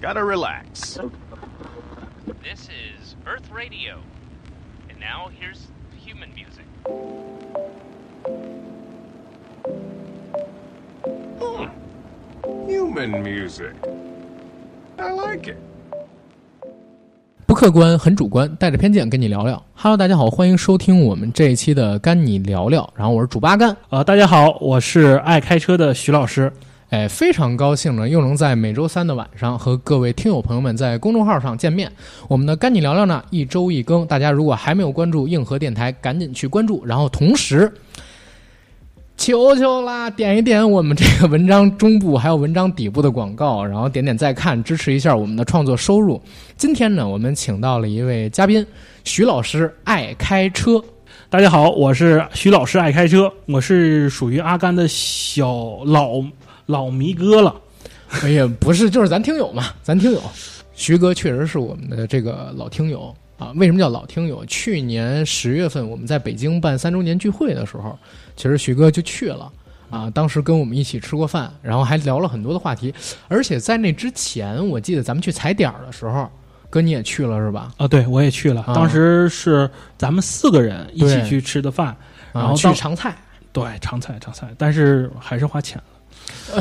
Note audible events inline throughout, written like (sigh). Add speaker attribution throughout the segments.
Speaker 1: Gotta relax.
Speaker 2: This is Earth Radio. And now here's human music.
Speaker 1: Hmm. Human music. I like it.
Speaker 3: 不客观，很主观，带着偏见跟你聊聊。Hello，大家好，欢迎收听我们这一期的《干你聊聊》，然后我是主八干，
Speaker 4: 呃，大家好，我是爱开车的徐老师。
Speaker 3: 哎，非常高兴呢，又能在每周三的晚上和各位听友朋友们在公众号上见面。我们的《干你聊聊》呢，一周一更，大家如果还没有关注硬核电台，赶紧去关注，然后同时。求求啦，点一点我们这个文章中部还有文章底部的广告，然后点点再看，支持一下我们的创作收入。今天呢，我们请到了一位嘉宾，徐老师爱开车。 (laughs)
Speaker 4: 大家好，我是徐老师，爱开车，我是属于阿甘的小老老迷哥了。
Speaker 3: 哎呀，不是，就是咱听友嘛，咱听友，徐哥确实是我们的这个老听友啊。为什么叫老听友？去年十月份我们在北京办三周年聚会的时候，其实徐哥就去了啊。当时跟我们一起吃过饭，然后还聊了很多的话题。而且在那之前，我记得咱们去踩点儿的时候，哥你也去了是吧？
Speaker 4: 啊，对我也去了，
Speaker 3: 啊
Speaker 4: 当时是咱们四个人一起
Speaker 3: 对
Speaker 4: 去吃的饭，
Speaker 3: 啊
Speaker 4: 然后
Speaker 3: 去
Speaker 4: 当
Speaker 3: 尝菜，
Speaker 4: 对，尝菜尝菜，但是还是花钱了。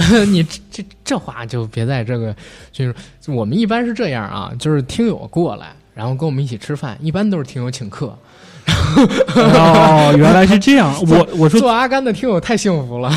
Speaker 3: (laughs) 你这这这话就别在这个，就是我们一般是这样啊，就是听友过来，然后跟我们一起吃饭，一般都是听友请客。
Speaker 4: (laughs) 哦，原来是这样， (laughs) 我我说
Speaker 3: 做阿甘的听友太幸福了，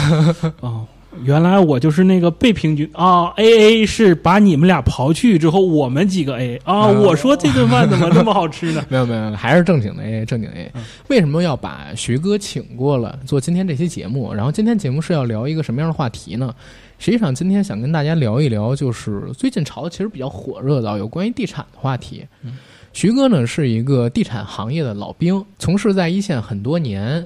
Speaker 4: 哦，原来我就是那个被平均啊，A A 是把你们俩刨去之后，我们几个 A 啊，
Speaker 3: 嗯
Speaker 4: 我说这顿饭怎么那么好吃呢
Speaker 3: (laughs) ？没有没有，还是正经的 A 正经 A。为什么要把徐哥请过了做今天这期节目？然后今天节目是要聊一个什么样的话题呢？实际上，今天想跟大家聊一聊，就是最近炒的其实比较火热的有关于地产的话题。徐哥呢是一个地产行业的老兵，从事在一线很多年。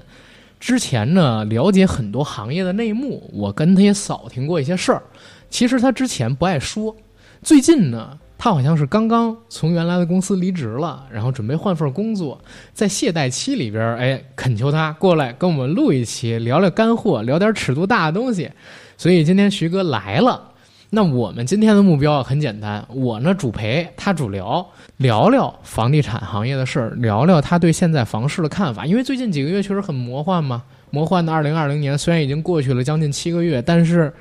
Speaker 3: 之前呢，了解很多行业的内幕，我跟他也扫听过一些事儿。其实他之前不爱说，最近呢，他好像是刚刚从原来的公司离职了，然后准备换份工作，在懈怠期里边，哎，恳求他过来跟我们录一期，聊聊干货，聊点尺度大的东西。所以今天徐哥来了。那我们今天的目标很简单，我呢主陪，他主聊，聊聊房地产行业的事儿，聊聊他对现在房市的看法。因为最近几个月确实很魔幻嘛，魔幻的二零二零年虽然已经过去了将近七个月，但是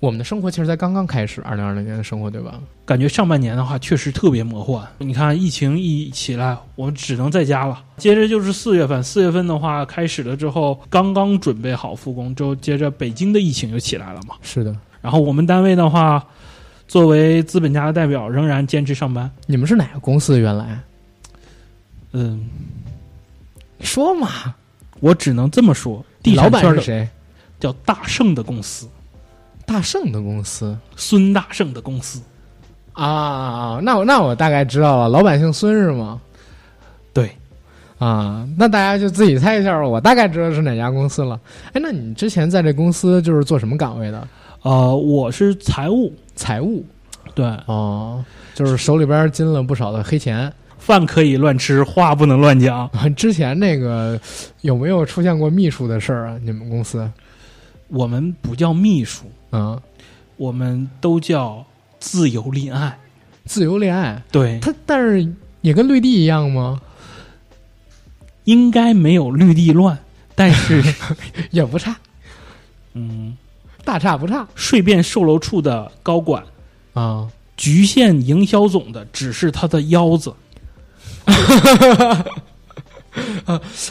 Speaker 3: 我们的生活其实才刚刚开始。二零二零年的生活，对吧？
Speaker 4: 感觉上半年的话确实特别魔幻。你看疫情一起来，我们只能在家了。接着就是四月份，四月份的话开始了之后，刚刚准备好复工，之后接着北京的疫情就起来了嘛。
Speaker 3: 是的，
Speaker 4: 然后我们单位的话，作为资本家的代表，仍然坚持上班。
Speaker 3: 你们是哪个公司？原来
Speaker 4: 嗯，
Speaker 3: 说嘛，
Speaker 4: 我只能这么说，地
Speaker 3: 老
Speaker 4: 产
Speaker 3: 板
Speaker 4: 圈
Speaker 3: 是
Speaker 4: 的
Speaker 3: 谁？
Speaker 4: 叫大圣的公司，
Speaker 3: 大圣的公司
Speaker 4: 孙大圣的公司。
Speaker 3: 啊，那我那我大概知道了，老板姓孙是吗？
Speaker 4: 对，
Speaker 3: 啊，那大家就自己猜一下吧，我大概知道是哪家公司了。哎，那你之前在这公司就是做什么岗位的？
Speaker 4: 呃，我是财务，
Speaker 3: 财务
Speaker 4: 对，
Speaker 3: 哦，就是手里边进了不少的黑钱。 (laughs)
Speaker 4: 饭可以乱吃，话不能乱讲。
Speaker 3: 之前那个有没有出现过秘书的事儿啊？你们公司？
Speaker 4: 我们不叫秘书，
Speaker 3: 嗯，
Speaker 4: 我们都叫自由恋爱。
Speaker 3: 自由恋爱，
Speaker 4: 对，
Speaker 3: 它但是也跟绿地一样吗？
Speaker 4: 应该没有绿地乱，但是
Speaker 3: 也不差，
Speaker 4: 嗯，
Speaker 3: 大差不差
Speaker 4: 税变售楼处的高管，
Speaker 3: 啊。
Speaker 4: 局限营销总的只是他的腰子。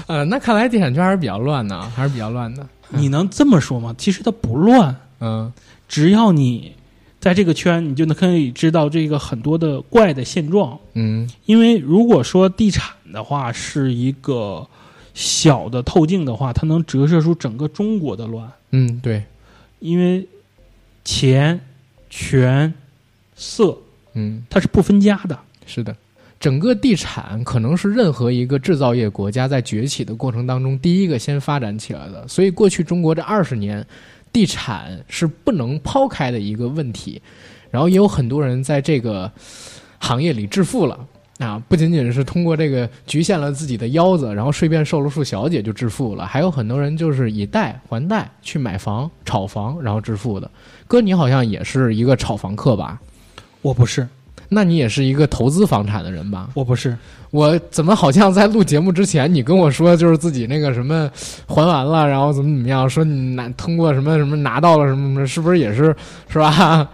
Speaker 3: 呃，那看来地产圈还是比较乱的，啊，还是比较乱的。
Speaker 4: 你能这么说吗？其实它不乱，
Speaker 3: 嗯
Speaker 4: 只要你在这个圈，你就能可以知道这个很多的怪的现状。
Speaker 3: 嗯
Speaker 4: 因为如果说地产的话是一个小的透镜的话，它能折射出整个中国的乱，
Speaker 3: 嗯，对，
Speaker 4: 因为钱、权、色
Speaker 3: 嗯
Speaker 4: 它是不分家的。
Speaker 3: 是的。整个地产可能是任何一个制造业国家在崛起的过程当中第一个先发展起来的，所以过去中国这二十年，地产是不能抛开的一个问题。然后也有很多人在这个行业里致富了啊，不仅仅是通过这个局限了自己的腰子，然后顺便售楼处小姐就致富了，还有很多人就是以贷还贷去买房、炒房，然后致富的。哥，你好像也是一个炒房客吧？
Speaker 4: 我不是，
Speaker 3: 那你也是一个投资房产的人吧？
Speaker 4: 我不是，
Speaker 3: 我怎么好像在录节目之前，你跟我说就是自己那个什么还完了，然后怎么怎么样，说你拿通过什么什么拿到了什么什么，是不是也是 (laughs) 是吧？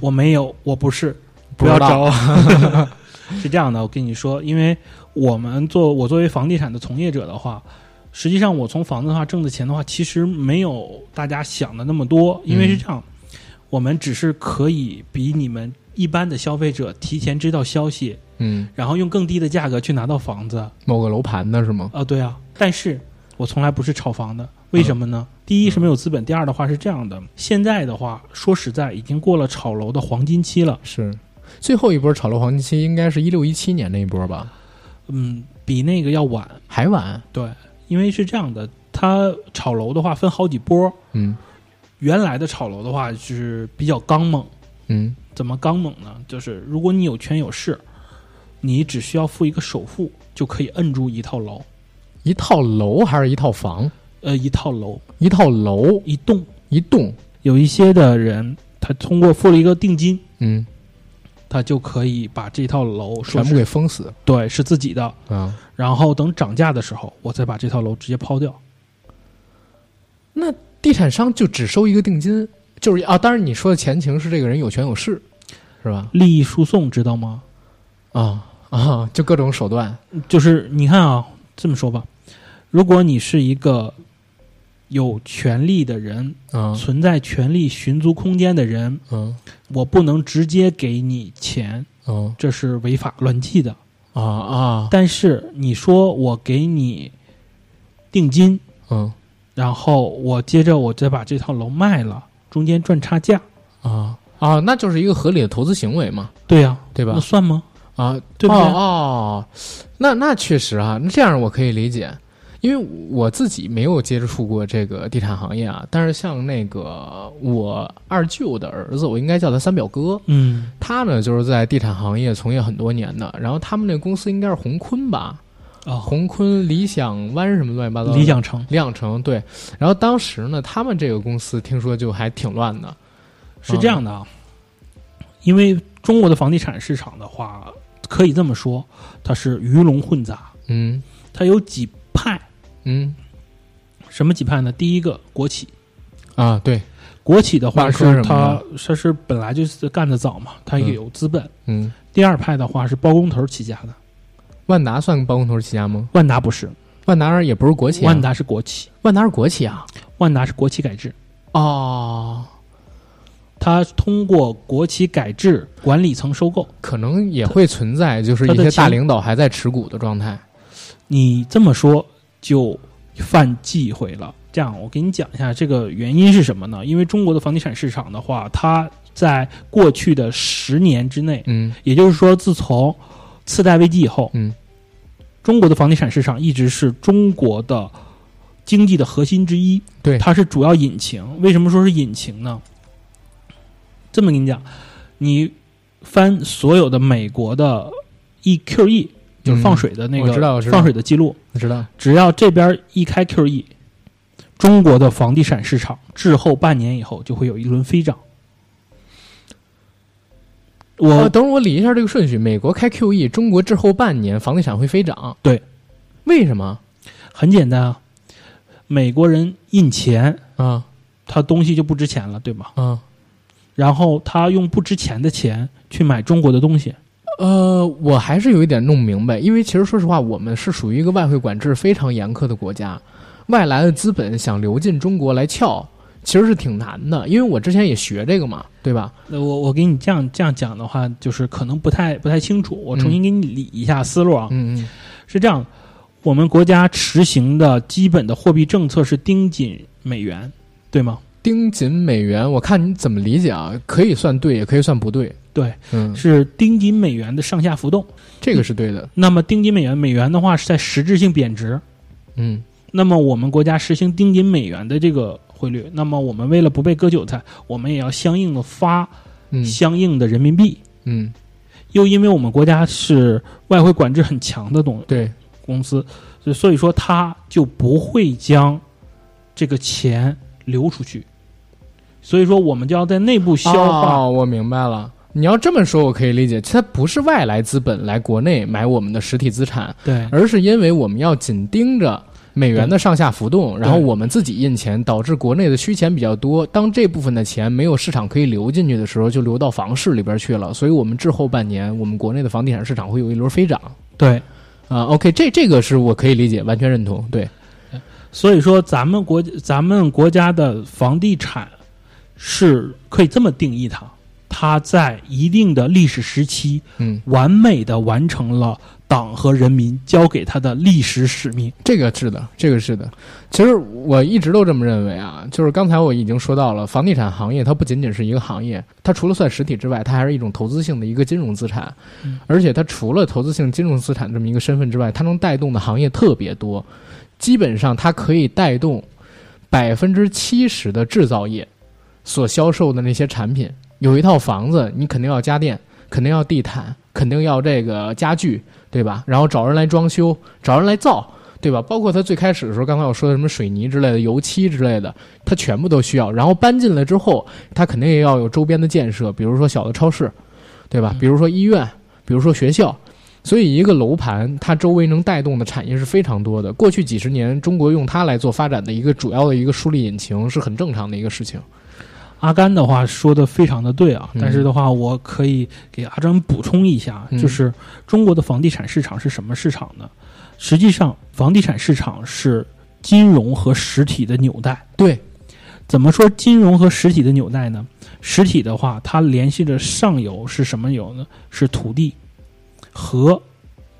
Speaker 4: 我没有，我不 (laughs) 是，
Speaker 3: 不
Speaker 4: 不
Speaker 3: 知
Speaker 4: 要
Speaker 3: 道
Speaker 4: 找我。
Speaker 3: (laughs)
Speaker 4: 是这样的，我跟你说，因为我们做我作为房地产的从业者的话，实际上我从房子的话挣的钱的话，其实没有大家想的那么多，因为是这样，我们只是可以比你们一般的消费者提前知道消息，
Speaker 3: 嗯，
Speaker 4: 然后用更低的价格去拿到房子。
Speaker 3: 某个楼盘的是吗？
Speaker 4: 啊，对啊，但是我从来不是炒房的，为什么呢？第一是没有资本，第二的话是这样的，现在的话说实在已经过了炒楼的黄金期了，
Speaker 3: 是，最后一波炒楼黄金期应该是一六一七年那一波吧，
Speaker 4: 嗯，比那个要晚，
Speaker 3: 还晚。
Speaker 4: 对，因为是这样的，它炒楼的话分好几波，
Speaker 3: 嗯
Speaker 4: 原来的炒楼的话是比较刚猛，
Speaker 3: 嗯
Speaker 4: 怎么刚猛呢？就是如果你有权有势，你只需要付一个首付就可以摁住一套楼，
Speaker 3: 一套楼还是一套房？
Speaker 4: 呃，一套楼
Speaker 3: 一套楼
Speaker 4: 一栋，
Speaker 3: 一栋，
Speaker 4: 有一些的人他通过付了一个定金。
Speaker 3: 嗯，
Speaker 4: 他就可以把这套楼说
Speaker 3: 全部
Speaker 4: 是
Speaker 3: 给封死
Speaker 4: 对是自己的，
Speaker 3: 啊。
Speaker 4: 然后等涨价的时候，我再把这套楼直接抛掉。
Speaker 3: 那地产商就只收一个定金，就是啊，当然你说的前情是这个人有权有势，是吧？
Speaker 4: 利益输送知道吗？
Speaker 3: 啊啊，就各种手段，
Speaker 4: 就是你看啊，这么说吧，如果你是一个有权利的人，
Speaker 3: 啊
Speaker 4: 存在权利寻租空间的人，
Speaker 3: 嗯
Speaker 4: 我不能直接给你钱，
Speaker 3: 嗯
Speaker 4: 这是违法乱纪的。
Speaker 3: 啊啊
Speaker 4: 但是你说我给你定金，
Speaker 3: 嗯
Speaker 4: 然后我接着我再把这套楼卖了，中间赚差价，
Speaker 3: 啊啊，那就是一个合理的投资行为嘛，
Speaker 4: 对呀、
Speaker 3: 对吧
Speaker 4: 那？算吗？
Speaker 3: 啊，
Speaker 4: 对不对
Speaker 3: 哦哦，那那确实啊，那这样我可以理解，因为我自己没有接触过这个地产行业啊，但是像那个我二舅的儿子，我应该叫他三表哥，
Speaker 4: 嗯，
Speaker 3: 他呢就是在地产行业从业很多年的，然后他们那公司应该是鸿坤吧，
Speaker 4: 啊、
Speaker 3: 鸿坤、理想湾什么乱七八糟的，
Speaker 4: 理想城
Speaker 3: 理想城对。然后当时呢，他们这个公司听说就还挺乱的，
Speaker 4: 是这样的啊，因为中国的房地产市场的话，可以这么说，它是鱼龙混杂，
Speaker 3: 嗯
Speaker 4: 它有几派，
Speaker 3: 嗯
Speaker 4: 什么几派呢？第一个国企，
Speaker 3: 啊对，
Speaker 4: 国企的话
Speaker 3: 万科
Speaker 4: 是
Speaker 3: 什么
Speaker 4: 它
Speaker 3: 的
Speaker 4: 它是本来就是干得早嘛，它也
Speaker 3: 嗯
Speaker 4: 有资本。
Speaker 3: 嗯，
Speaker 4: 第二派的话是包工头起家的，
Speaker 3: 万达算包工头起家吗？
Speaker 4: 万达不是，
Speaker 3: 万达也不是国企、啊，
Speaker 4: 万达是国企，
Speaker 3: 万达是国企啊，
Speaker 4: 万达是国企改制，
Speaker 3: 哦，
Speaker 4: 它通过国企改制管理层收购。
Speaker 3: 可能也会存在就是
Speaker 4: 他
Speaker 3: 一
Speaker 4: 的
Speaker 3: 些大
Speaker 4: 前
Speaker 3: 领导还在持股的状态，
Speaker 4: 你这么说就犯忌讳了。这样，我给你讲一下这个原因是什么呢？因为中国的房地产市场的话，它在过去的十年之内，
Speaker 3: 嗯
Speaker 4: 也就是说，自从次贷危机以后，
Speaker 3: 嗯，
Speaker 4: 中国的房地产市场一直是中国的经济的核心之一，
Speaker 3: 对
Speaker 4: 它是主要引擎。为什么说是引擎呢？这么跟你讲，你翻所有的美国的 EQE，就是放水的那
Speaker 3: 嗯我知道
Speaker 4: 个
Speaker 3: 我知道
Speaker 4: 放水的记录，
Speaker 3: 你知道
Speaker 4: 只要这边一开 QE，中国的房地产市场滞后半年以后就会有一轮飞涨。我、
Speaker 3: 哦，等会儿我理一下这个顺序。美国开 QE，中国滞后半年房地产会飞涨。
Speaker 4: 对，
Speaker 3: 为什么
Speaker 4: 很简单啊，美国人印钱，
Speaker 3: 啊
Speaker 4: 他东西就不值钱了，对吧？
Speaker 3: 啊？
Speaker 4: 然后他用不值钱的钱去买中国的东西，
Speaker 3: 呃，我还是有一点弄不明白，因为其实说实话，我们是属于一个外汇管制非常严苛的国家，外来的资本想流进中国来撬，其实是挺难的。因为我之前也学这个嘛，对吧？
Speaker 4: 那我我给你这样这样讲的话，就是可能不太不太清楚，我重新给你理一下思路啊。
Speaker 3: 嗯嗯
Speaker 4: 是这样，我们国家实行的基本的货币政策是盯紧美元，对吗？
Speaker 3: 盯紧美元，我看你怎么理解啊？可以算对，也可以算不对。
Speaker 4: 对，
Speaker 3: 嗯，
Speaker 4: 是盯紧美元的上下浮动。
Speaker 3: 这个是对的。
Speaker 4: 那么盯紧美元，美元的话是在实质性贬值。
Speaker 3: 嗯
Speaker 4: 那么我们国家实行盯紧美元的这个汇率，那么我们为了不被割韭菜，我们也要相应的发
Speaker 3: 嗯
Speaker 4: 相应的人民币。
Speaker 3: 嗯，
Speaker 4: 又因为我们国家是外汇管制很强的东
Speaker 3: 对，
Speaker 4: 公司，所以所以说它就不会将这个钱流出去，所以说我们就要在内部消化
Speaker 3: 哦，我明白了。你要这么说，我可以理解，它不是外来资本来国内买我们的实体资产，
Speaker 4: 对
Speaker 3: 而是因为我们要紧盯着美元的上下浮动，然后我们自己印钱，导致国内的虚钱比较多。当这部分的钱没有市场可以流进去的时候，就流到房市里边去了。所以，我们滞后半年，我们国内的房地产市场会有一轮飞涨。
Speaker 4: 对，
Speaker 3: 啊、o k 这这个是我可以理解，完全认同。对，
Speaker 4: 所以说咱们国咱们国家的房地产是可以这么定义它，它在一定的历史时期
Speaker 3: 嗯，
Speaker 4: 完美的完成了党和人民交给它的历史使命。
Speaker 3: 这个是的，这个是的。其实我一直都这么认为啊，就是刚才我已经说到了，房地产行业它不仅仅是一个行业，它除了算实体之外，它还是一种投资性的一个金融资产，
Speaker 4: 嗯
Speaker 3: 而且它除了投资性金融资产这么一个身份之外，它能带动的行业特别多，基本上它可以带动百分之七十的制造业所销售的那些产品。有一套房子，你肯定要家电，肯定要地毯，肯定要这个家具，对吧？然后找人来装修，找人来造，对吧？包括它最开始的时候，刚才我说的什么水泥之类的、油漆之类的，它全部都需要。然后搬进来之后，它肯定也要有周边的建设，比如说小的超市，对吧？比如说医院，比如说学校。所以，一个楼盘它周围能带动的产业是非常多的。过去几十年，中国用它来做发展的一个主要的一个梳理引擎是很正常的一个事情。
Speaker 4: 阿甘的话说的非常的对啊，
Speaker 3: 嗯
Speaker 4: 但是的话，我可以给阿甘补充一下，啊
Speaker 3: 嗯
Speaker 4: 就是中国的房地产市场是什么市场呢？实际上，房地产市场是金融和实体的纽带。
Speaker 3: 对，
Speaker 4: 怎么说金融和实体的纽带呢？实体的话，它联系着上游是什么游呢？是土地和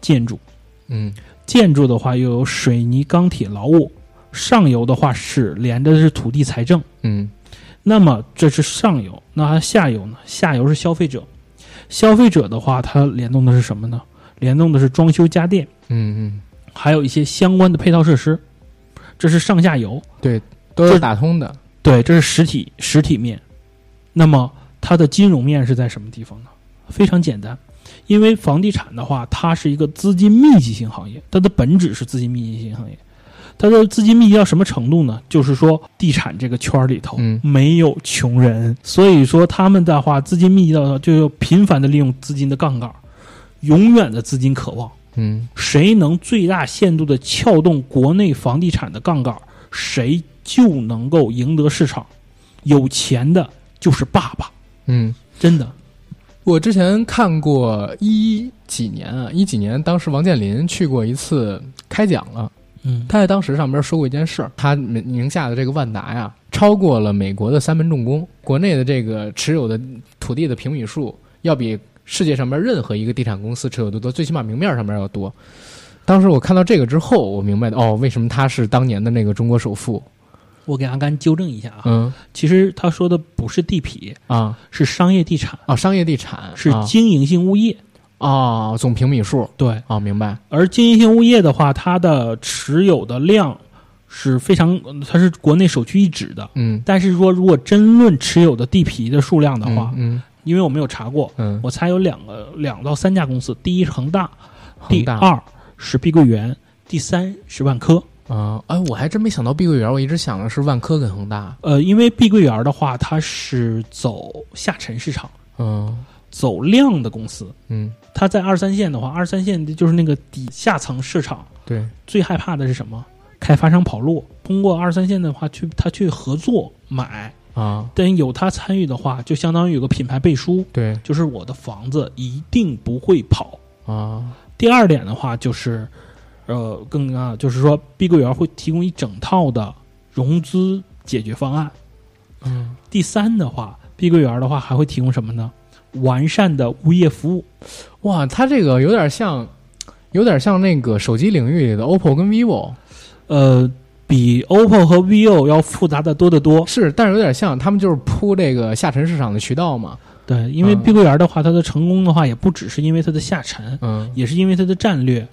Speaker 4: 建筑。
Speaker 3: 嗯，
Speaker 4: 建筑的话又有水泥、钢铁、劳务。上游的话是连着的是土地财政。
Speaker 3: 嗯，
Speaker 4: 那么这是上游，那它下游呢？下游是消费者，消费者的话，它联动的是什么呢？联动的是装修家电，
Speaker 3: 嗯嗯，
Speaker 4: 还有一些相关的配套设施，这是上下游。
Speaker 3: 都是
Speaker 4: 这
Speaker 3: 打通的。
Speaker 4: 对，这是实体实体面。那么它的金融面是在什么地方呢？非常简单，因为房地产的话，它是一个资金密集型行业，它的本质是资金密集型行业。它的资金密集到什么程度呢？就是说，地产这个圈儿里头
Speaker 3: 嗯
Speaker 4: 没有穷人，所以说他们的话，资金密集到就要频繁的利用资金的杠杆儿，永远的资金渴望。
Speaker 3: 嗯
Speaker 4: 谁能最大限度地撬动国内房地产的杠杆儿，谁就能够赢得市场。有钱的就是爸爸，
Speaker 3: 嗯，
Speaker 4: 真的。
Speaker 3: 我之前看过一几年啊，一几年当时王健林去过一次开讲了，
Speaker 4: 嗯，
Speaker 3: 他在当时上边说过一件事儿，他名下的这个万达呀，超过了美国的三门重工，国内的这个持有的土地的平米数要比世界上边任何一个地产公司持有的多，最起码明面上边要多。当时我看到这个之后，我明白的哦，为什么他是当年的那个中国首富？
Speaker 4: 我给阿甘纠正一下啊，
Speaker 3: 嗯
Speaker 4: 其实他说的不是地痞，
Speaker 3: 啊
Speaker 4: 是商业地产，
Speaker 3: 哦，商业地产
Speaker 4: 是
Speaker 3: 啊
Speaker 4: 经营性物业。
Speaker 3: 哦，总平米数
Speaker 4: 对，
Speaker 3: 哦，明白
Speaker 4: 而经营性物业的话，它的持有的量是非常，它是国内首屈一指的。
Speaker 3: 嗯
Speaker 4: 但是说，如果真论持有的地皮的数量的
Speaker 3: 嗯
Speaker 4: 话，
Speaker 3: 嗯
Speaker 4: 因为我没有查过，
Speaker 3: 嗯，
Speaker 4: 我猜有两个两到三家公司，第一是恒大，第
Speaker 3: 恒大
Speaker 4: 二是碧桂园，第三是万科。
Speaker 3: 啊，哎，我还真没想到碧桂园，我一直想的是万科跟恒大。
Speaker 4: 呃，因为碧桂园的话，它是走下沉市场、
Speaker 3: 嗯
Speaker 4: 走量的公司。
Speaker 3: 嗯，
Speaker 4: 它在二三线的话，二三线就是那个底下层市场，
Speaker 3: 对，
Speaker 4: 最害怕的是什么？开发商跑路。通过二三线的话，去他去合作买，
Speaker 3: 啊，
Speaker 4: 但有他参与的话，就相当于有个品牌背书，
Speaker 3: 对
Speaker 4: 就是我的房子一定不会跑。
Speaker 3: 啊，
Speaker 4: 第二点的话就是，呃，更啊，就是说碧桂园会提供一整套的融资解决方案。
Speaker 3: 嗯，
Speaker 4: 第三的话，碧桂园的话还会提供什么呢？完善的物业服务。
Speaker 3: 哇，它这个有点像，有点像那个手机领域里的 OPPO 跟 vivo，
Speaker 4: 呃，比 OPPO 和 vivo 要复杂的多得多。
Speaker 3: 是，但是有点像，他们就是铺这个下沉市场的渠道嘛。
Speaker 4: 对，因为
Speaker 3: 嗯
Speaker 4: 碧桂园的话，它的成功的话也不只是因为它的下沉，
Speaker 3: 嗯
Speaker 4: 也是因为它的战略，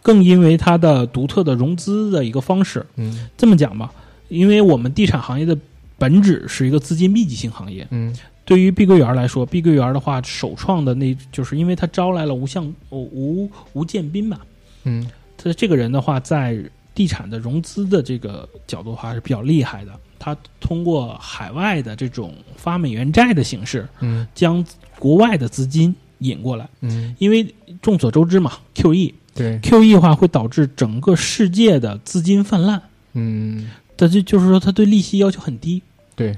Speaker 4: 更因为它的独特的融资的一个方式。
Speaker 3: 嗯
Speaker 4: 这么讲吧，因为我们地产行业的本质是一个资金密集性行业。
Speaker 3: 嗯
Speaker 4: 对于碧桂园来说，碧桂园的话，首创的那就是因为哦他招来了吴向吴吴吴建斌嘛，
Speaker 3: 嗯
Speaker 4: 他这个人的话，在地产的融资的这个角度的话是比较厉害的。它通过海外的这种发美元债的形式，
Speaker 3: 嗯
Speaker 4: 将国外的资金引过来。
Speaker 3: 嗯，
Speaker 4: 因为众所周知嘛，QE
Speaker 3: 对，
Speaker 4: QE 的话会导致整个世界的资金泛滥，
Speaker 3: 嗯
Speaker 4: 它就就是说它对利息要求很低。
Speaker 3: 对，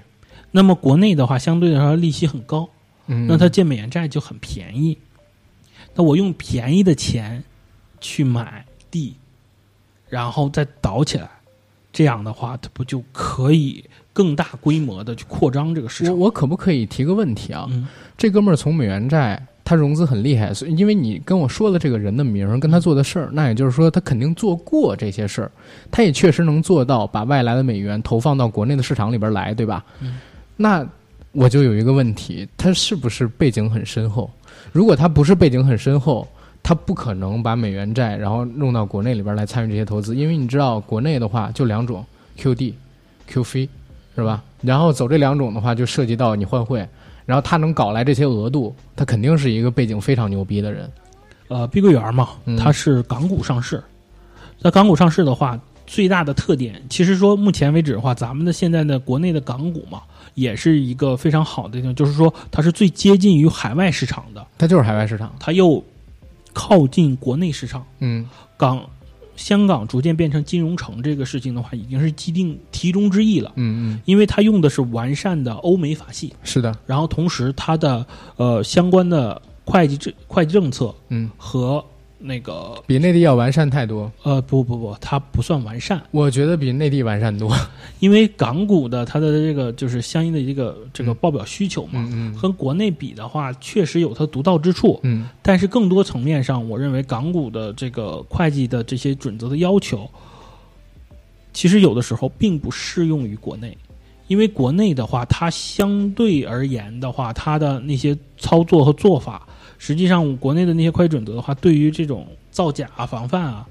Speaker 4: 那么国内的话，相对来说利息很高，
Speaker 3: 嗯，
Speaker 4: 那它建美元债就很便宜。那我用便宜的钱去买地，然后再倒起来，这样的话，它不就可以更大规模的去扩张这个市
Speaker 3: 我
Speaker 4: 场？
Speaker 3: 我可不可以提个问题啊？
Speaker 4: 嗯
Speaker 3: 这哥们儿从美元债，他融资很厉害，所以因为你跟我说了这个人的名儿，跟他做的事儿，那也就是说他肯定做过这些事儿，他也确实能做到把外来的美元投放到国内的市场里边来，对吧？
Speaker 4: 嗯
Speaker 3: 那我就有一个问题，他是不是背景很深厚？如果他不是背景很深厚，他不可能把美元债然后弄到国内里边来参与这些投资，因为你知道国内的话就两种 QD、QF，是吧？然后走这两种的话，就涉及到你换汇。然后他能搞来这些额度，他肯定是一个背景非常牛逼的人。
Speaker 4: 呃，碧桂园嘛
Speaker 3: 嗯，
Speaker 4: 它是港股上市，在港股上市的话，最大的特点，其实说目前为止的话，咱们的现在的国内的港股嘛，也是一个非常好的一种，就是说它是最接近于海外市场的，
Speaker 3: 他就是海外市场。
Speaker 4: 它又靠近国内市场。
Speaker 3: 嗯
Speaker 4: 港香港逐渐变成金融城这个事情的话，已经是既定题中之意了，
Speaker 3: 嗯嗯，
Speaker 4: 因为它用的是完善的欧美法系，
Speaker 3: 是的，
Speaker 4: 然后同时它的呃相关的会计政会计政策
Speaker 3: 嗯，
Speaker 4: 和那个
Speaker 3: 比内地要完善太多。
Speaker 4: 呃，不不不，它不算完善，
Speaker 3: 我觉得比内地完善多。
Speaker 4: 因为港股的它的这个就是相应的这个这个报表需求嘛，
Speaker 3: 嗯
Speaker 4: 和国内比的话，确实有它独到之处。
Speaker 3: (laughs) 嗯
Speaker 4: 但是更多层面上，我认为港股的这个会计的这些准则的要求，其实有的时候并不适用于国内，因为国内的话，它相对而言的话，它的那些操作和做法，实际上国内的那些会计准则的话，对于这种造假啊、防范啊，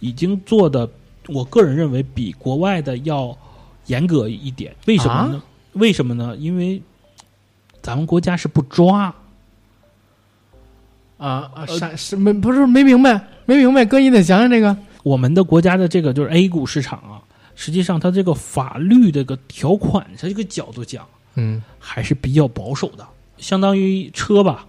Speaker 4: 已经做的，我个人认为比国外的要严格一点。为什么呢？为什么呢？因为咱们国家是不抓。
Speaker 3: 啊啊，啥是没不是没明白没明白，哥你得讲讲这个。
Speaker 4: 我们的国家的这个就是 A 股市场啊，实际上它这个法律这个条款，它这个角度讲
Speaker 3: 嗯
Speaker 4: 还是比较保守的，相当于车吧，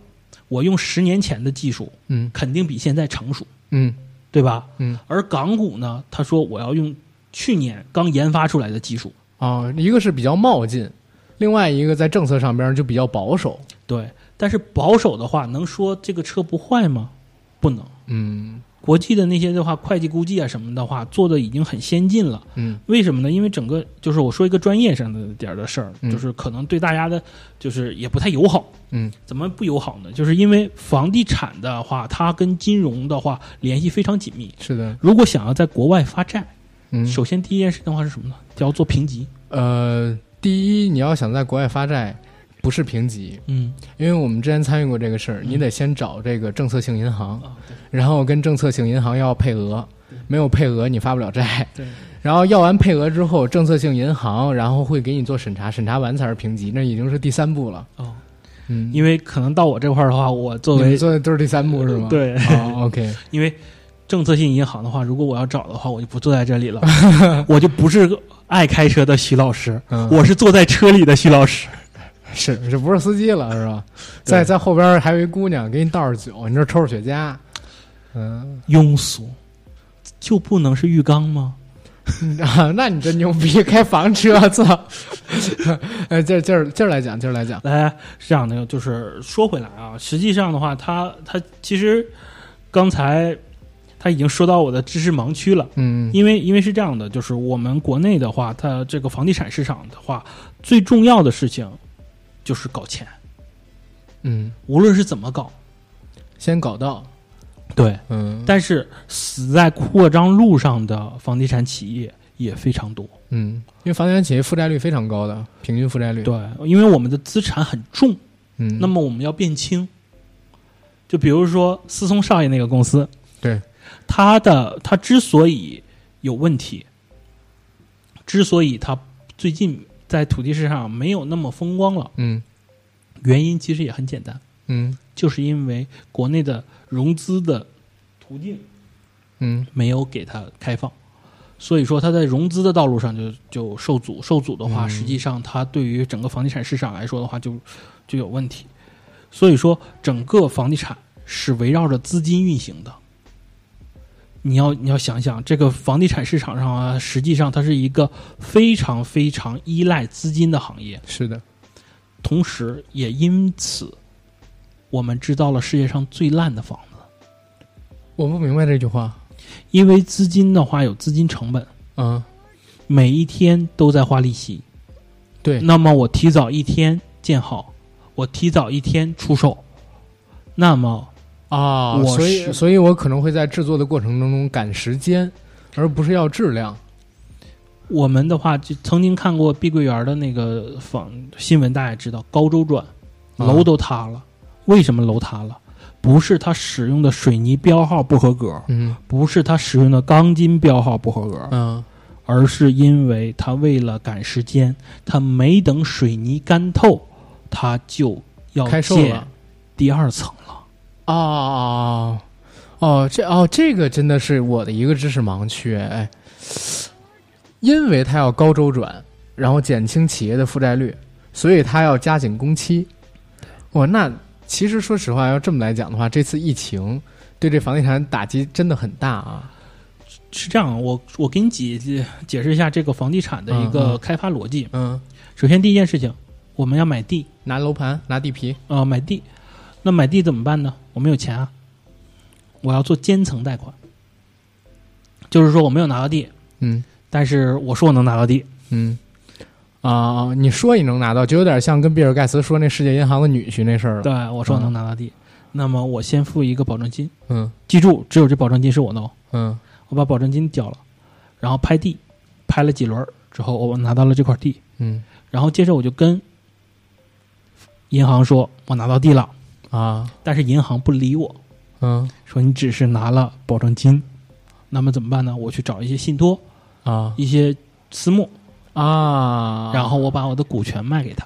Speaker 4: 我用十年前的技术，
Speaker 3: 嗯
Speaker 4: 肯定比现在成熟，
Speaker 3: 嗯
Speaker 4: 对吧？
Speaker 3: 嗯。
Speaker 4: 而港股呢，他说我要用去年刚研发出来的技术，
Speaker 3: 哦，一个是比较冒进，另外一个在政策上边就比较保守。
Speaker 4: 对，但是保守的话，能说这个车不坏吗？不能。
Speaker 3: 嗯
Speaker 4: 国际的那些的话，会计估计啊什么的话，做的已经很先进了。
Speaker 3: 嗯
Speaker 4: 为什么呢？因为整个就是我说一个专业上的点儿的事儿，
Speaker 3: 嗯
Speaker 4: 就是可能对大家的，就是也不太友好。
Speaker 3: 嗯
Speaker 4: 怎么不友好呢？就是因为房地产的话，它跟金融的话联系非常紧密。
Speaker 3: 是的。
Speaker 4: 如果想要在国外发债，
Speaker 3: 嗯
Speaker 4: 首先第一件事的话是什么呢？就要做评级。
Speaker 3: 呃，第一你要想在国外发债，不是评级，
Speaker 4: 嗯
Speaker 3: 因为我们之前参与过这个事儿，
Speaker 4: 嗯
Speaker 3: 你得先找这个政策性银行，
Speaker 4: 啊，对
Speaker 3: 然后跟政策性银行要配额，没有配额你发不了债。
Speaker 4: 对，
Speaker 3: 然后要完配额之后，政策性银行然后会给你做审查，审查完才是评级，那已经是第三步了。
Speaker 4: 哦，
Speaker 3: 嗯，
Speaker 4: 因为可能到我这块儿的话，我作
Speaker 3: 你们
Speaker 4: 为
Speaker 3: 做的都是第三步是吗？。
Speaker 4: 对，
Speaker 3: 哦，OK，
Speaker 4: 因为政策性银行的话，如果我要找的话，我就不坐在
Speaker 3: (laughs)
Speaker 4: 这里了，我就不是爱开车的徐老师，
Speaker 3: 嗯
Speaker 4: 我是坐在车里的徐老师。
Speaker 3: 是这不是司机了是吧？
Speaker 4: 对
Speaker 3: 在在后边还有一姑娘给你倒着酒，你这抽着雪茄，嗯 (laughs)
Speaker 4: 庸俗，就不能是浴缸吗？
Speaker 3: 啊，那你真牛逼，开房车，操！ (laughs) 呃，今儿今儿今儿来讲，今儿来讲，
Speaker 4: 来，是这样的，就是说回来啊，实际上的话，他他其实刚才他已经说到我的知识盲区了。
Speaker 3: 嗯
Speaker 4: 因为因为是这样的，就是我们国内的话，它这个房地产市场的话，最重要的事情就是搞钱，
Speaker 3: 嗯，
Speaker 4: 无论是怎么搞，
Speaker 3: 先搞到，
Speaker 4: 对，
Speaker 3: 嗯，
Speaker 4: 但是死在扩张路上的房地产企业也非常多，
Speaker 3: 嗯，因为房地产企业负债率非常高的，平均负债率。，
Speaker 4: 对，因为我们的资产很重，
Speaker 3: 嗯，
Speaker 4: 那么我们要变轻。就比如说思聪少爷那个公司，
Speaker 3: 对，
Speaker 4: 他的他之所以有问题，之所以他最近在土地市场上没有那么风光了，
Speaker 3: 嗯
Speaker 4: 原因其实也很简单，
Speaker 3: 嗯
Speaker 4: 就是因为国内的融资的途径
Speaker 3: 嗯
Speaker 4: 没有给他开放，所以说它在融资的道路上就就受阻，受阻的话，实际上它对于整个房地产市场来说的话就就有问题。所以说，整个房地产是围绕着资金运行的。你要你要想想，这个房地产市场上啊，实际上它是一个非常非常依赖资金的行业，
Speaker 3: 是的，
Speaker 4: 同时也因此，我们制造了世界上最烂的房子。
Speaker 3: 我不明白这句话。
Speaker 4: 因为资金的话有资金成本，
Speaker 3: 嗯，
Speaker 4: 每一天都在花利息。
Speaker 3: 对，
Speaker 4: 那么我提早一天建好，我提早一天出售，那么
Speaker 3: 啊，
Speaker 4: 我
Speaker 3: 所以
Speaker 4: 是
Speaker 3: 所以我可能会在制作的过程当中赶时间，而不是要质量。
Speaker 4: 我们的话就曾经看过碧桂园的那个访新闻，大家也知道高周转，
Speaker 3: 啊
Speaker 4: 楼都塌了。为什么楼塌了？不是它使用的水泥标号不合格，
Speaker 3: 嗯
Speaker 4: 不是它使用的钢筋标号不合格，
Speaker 3: 嗯
Speaker 4: 而是因为它为了赶时间，它没等水泥干透，它就要
Speaker 3: 开售
Speaker 4: 建
Speaker 3: 了
Speaker 4: 第二层了。
Speaker 3: 啊哦哦，这哦这个真的是我的一个知识盲区哎，因为它要高周转，然后减轻企业的负债率，所以它要加紧工期。哇，那其实说实话，要这么来讲的话，这次疫情对这房地产打击真的很大啊。
Speaker 4: 是这样，我我给你解解解释一下这个房地产的一
Speaker 3: 嗯
Speaker 4: 个
Speaker 3: 嗯
Speaker 4: 开发逻辑。
Speaker 3: 嗯，
Speaker 4: 首先第一件事情，我们要买地，
Speaker 3: 拿楼盘拿地皮，
Speaker 4: 呃，买地，那买地怎么办呢？我没有钱啊，我要做监层贷款，就是说我没有拿到地，
Speaker 3: 嗯
Speaker 4: 但是我说我能拿到地，
Speaker 3: 嗯。啊、你说你能拿到，就有点像跟比尔盖茨说那世界银行的女婿那事儿了。
Speaker 4: 对我说我能拿到地，那么我先付一个保证金，
Speaker 3: 嗯
Speaker 4: 记住，只有这保证金是我的哦，
Speaker 3: 嗯
Speaker 4: 我把保证金交了，然后拍地，拍了几轮儿之后，我拿到了这块地，
Speaker 3: 嗯
Speaker 4: 然后接着我就跟银行说我拿到地了，
Speaker 3: 啊
Speaker 4: 但是银行不理我，
Speaker 3: 嗯
Speaker 4: 说你只是拿了保证金，那么怎么办呢？我去找一些信托，
Speaker 3: 啊
Speaker 4: 一些私募，
Speaker 3: 啊，
Speaker 4: 然后我把我的股权卖给他。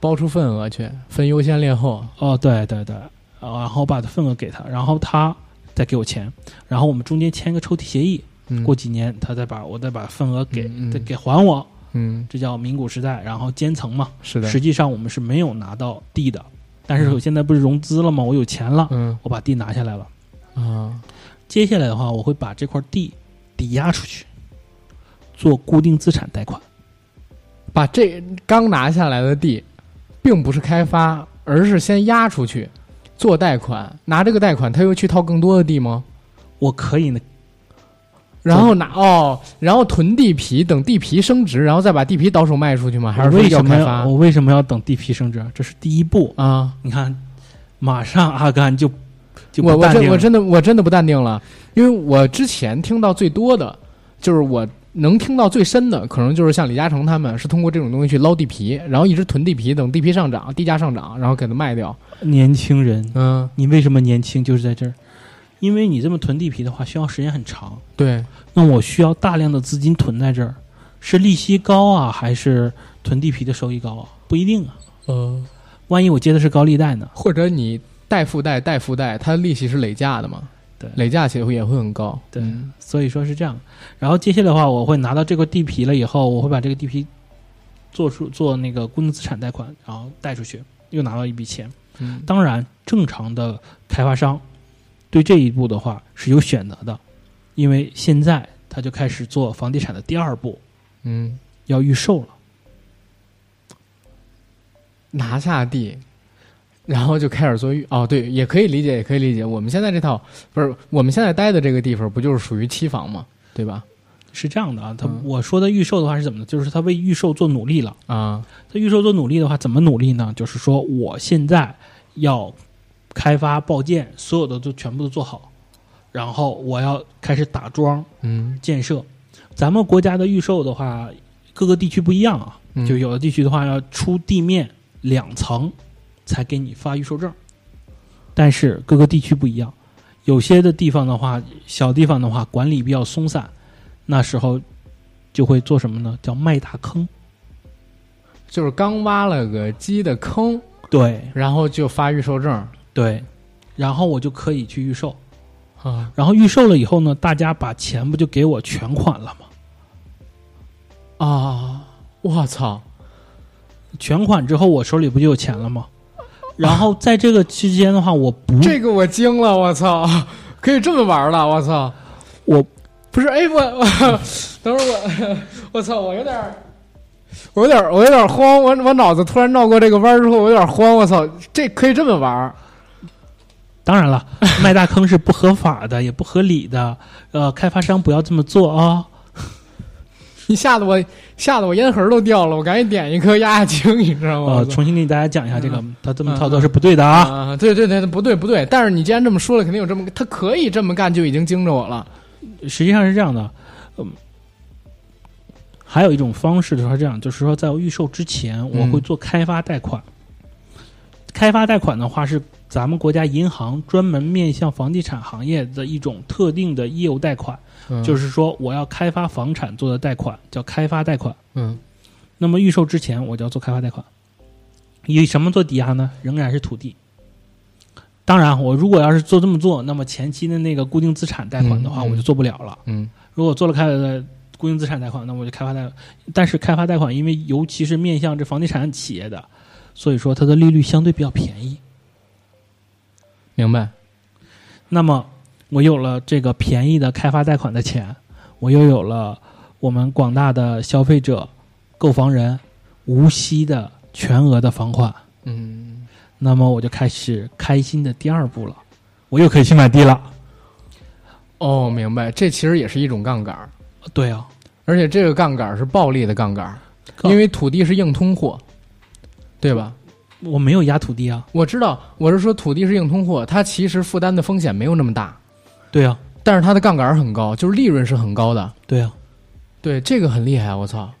Speaker 3: 包出份额去，分优先劣后。
Speaker 4: 哦，对对对，呃然后把份额给他，然后他再给我钱，然后我们中间签个抽屉协议，
Speaker 3: 嗯，
Speaker 4: 过几年他再把我再把份额给、
Speaker 3: 嗯嗯
Speaker 4: 再给还我，
Speaker 3: 嗯，
Speaker 4: 这叫民股时代，然后监层嘛。
Speaker 3: 是的，
Speaker 4: 实际上我们是没有拿到地的，但是我现在不是融资了吗？我有钱了，
Speaker 3: 嗯
Speaker 4: 我把地拿下来了。
Speaker 3: 啊
Speaker 4: 接下来的话，我会把这块地抵押出去，做固定资产贷款。
Speaker 3: 把这刚拿下来的地，并不是开发，而是先押出去做贷款，拿这个贷款他又去套更多的地吗？
Speaker 4: 我可以呢，
Speaker 3: 然后拿哦，然后囤地皮，等地皮升值，然后再把地皮倒手卖出去吗？还是
Speaker 4: 我
Speaker 3: 说
Speaker 4: 为
Speaker 3: 要
Speaker 4: 什么
Speaker 3: 开
Speaker 4: 要
Speaker 3: 发
Speaker 4: 我为什么要等地皮升值？这是第一步。
Speaker 3: 啊？
Speaker 4: 你看，马上阿甘就就
Speaker 3: 我
Speaker 4: 不
Speaker 3: 我
Speaker 4: 淡定
Speaker 3: 真
Speaker 4: 了
Speaker 3: 我真的我真的不淡定了，因为我之前听到最多的就是我能听到最深的，可能就是像李嘉诚他们是通过这种东西去捞地皮，然后一直囤地皮，等地皮上涨，地价上涨，然后给它卖掉。
Speaker 4: 年轻人，
Speaker 3: 嗯，
Speaker 4: 你为什么年轻？就是在这儿，因为你这么囤地皮的话，需要时间很长。
Speaker 3: 对，
Speaker 4: 那我需要大量的资金囤在这儿，是利息高啊，还是囤地皮的收益高啊？不一定啊，
Speaker 3: 呃，
Speaker 4: 万一我接的是高利贷呢？
Speaker 3: 或者你贷附贷贷附贷，它的利息是累加的嘛？
Speaker 4: 对
Speaker 3: 累加起来会也会很高。
Speaker 4: 对
Speaker 3: 嗯
Speaker 4: 所以说是这样。然后接下来的话，我会拿到这个地皮了以后，我会把这个地皮做出做那个固定资产贷款，然后贷出去，又拿到一笔钱。
Speaker 3: 嗯
Speaker 4: 当然，正常的开发商对这一步的话是有选择的，因为现在他就开始做房地产的第二步，
Speaker 3: 嗯，
Speaker 4: 要预售了。
Speaker 3: 拿下地。然后就开始做预哦，对，也可以理解，也可以理解。我们现在这套不是我们现在待的这个地方，不就是属于期房嘛，对吧？
Speaker 4: 是这样的啊，他、
Speaker 3: 嗯
Speaker 4: 我说的预售的话是怎么呢？就是他为预售做努力了。
Speaker 3: 啊，
Speaker 4: 他预售做努力的话，怎么努力呢？就是说我现在要开发报建，所有的都全部都做好，然后我要开始打桩
Speaker 3: 嗯，
Speaker 4: 建设。咱们国家的预售的话，各个地区不一样啊，
Speaker 3: 嗯
Speaker 4: 就有的地区的话要出地面两层才给你发预售证，但是各个地区不一样，有些的地方的话，小地方的话管理比较松散，那时候就会做什么呢？叫卖大坑。
Speaker 3: 就是刚挖了个鸡的坑，
Speaker 4: 对，
Speaker 3: 然后就发预售证
Speaker 4: 对，然后我就可以去预售，
Speaker 3: 啊
Speaker 4: 然后预售了以后呢，大家把钱不就给我全款了吗？啊，
Speaker 3: 我操！
Speaker 4: 全款之后我手里不就有钱了吗？然后在这个期间的话，我不
Speaker 3: 这个我惊了，我操！ (laughs) 可以这么玩了，我操！
Speaker 4: 我
Speaker 3: 不是，哎，我 (laughs) 我等会儿我 (laughs) 我操，我有点儿，我有点儿，我有点儿慌，我我脑子突然绕过这个弯儿之后，我有点儿慌，我操，这可以这么玩儿
Speaker 4: 当然了， (laughs) 卖大坑是不合法的，也不合理的。呃，开发商不要这么做啊、
Speaker 3: 你吓得我吓得我烟盒都掉了，我赶紧点一颗压压惊，你知道吗？哦
Speaker 4: 呃
Speaker 3: 我，操
Speaker 4: 重新给大家讲一下这个
Speaker 3: 嗯，
Speaker 4: 他这么操作是不对的啊。
Speaker 3: 啊，对对对，不对不对，但是你既然这么说了，肯定有这么他可以这么干，就已经惊着我了。
Speaker 4: 实际上是这样的，嗯，还有一种方式的话，这样就是说，在我预售之前，
Speaker 3: 嗯
Speaker 4: 我会做开发贷款。开发贷款的话是咱们国家银行专门面向房地产行业的一种特定的业务贷款，
Speaker 3: 嗯
Speaker 4: 就是是说我要开发房产做的贷款叫开发贷款。
Speaker 3: 嗯
Speaker 4: 那么预售之前我就要做开发贷款，以什么做抵押呢？仍然是土地。当然，我如果要是做这么做，那么前期的那个固定资产贷款的话，
Speaker 3: 嗯嗯
Speaker 4: 我就做不了了。
Speaker 3: 嗯
Speaker 4: 如果做了开发的固定资产贷款，那我就开发贷款。但是开发贷款，因为尤其是面向这房地产企业的，所以说它的利率相对比较便宜。
Speaker 3: 明白。
Speaker 4: 那么我有了这个便宜的开发贷款的钱，我又有了我们广大的消费者、购房人无息的全额的房款，
Speaker 3: 嗯，
Speaker 4: 那么我就开始开心的第二步了，我又可以去买地了。
Speaker 3: 哦，明白。这其实也是一种杠杆儿，
Speaker 4: 对啊，
Speaker 3: 而且这个杠杆儿是暴力的杠杆儿，
Speaker 4: 杠
Speaker 3: 因为土地是硬通货，对吧？
Speaker 4: 我没有压土地啊。
Speaker 3: 我知道，我是说土地是硬通货，它其实负担的风险没有那么大，
Speaker 4: 对啊，
Speaker 3: 但是它的杠杆儿很高，就是利润是很高的。
Speaker 4: 对啊，
Speaker 3: 对，这个很厉害，我操！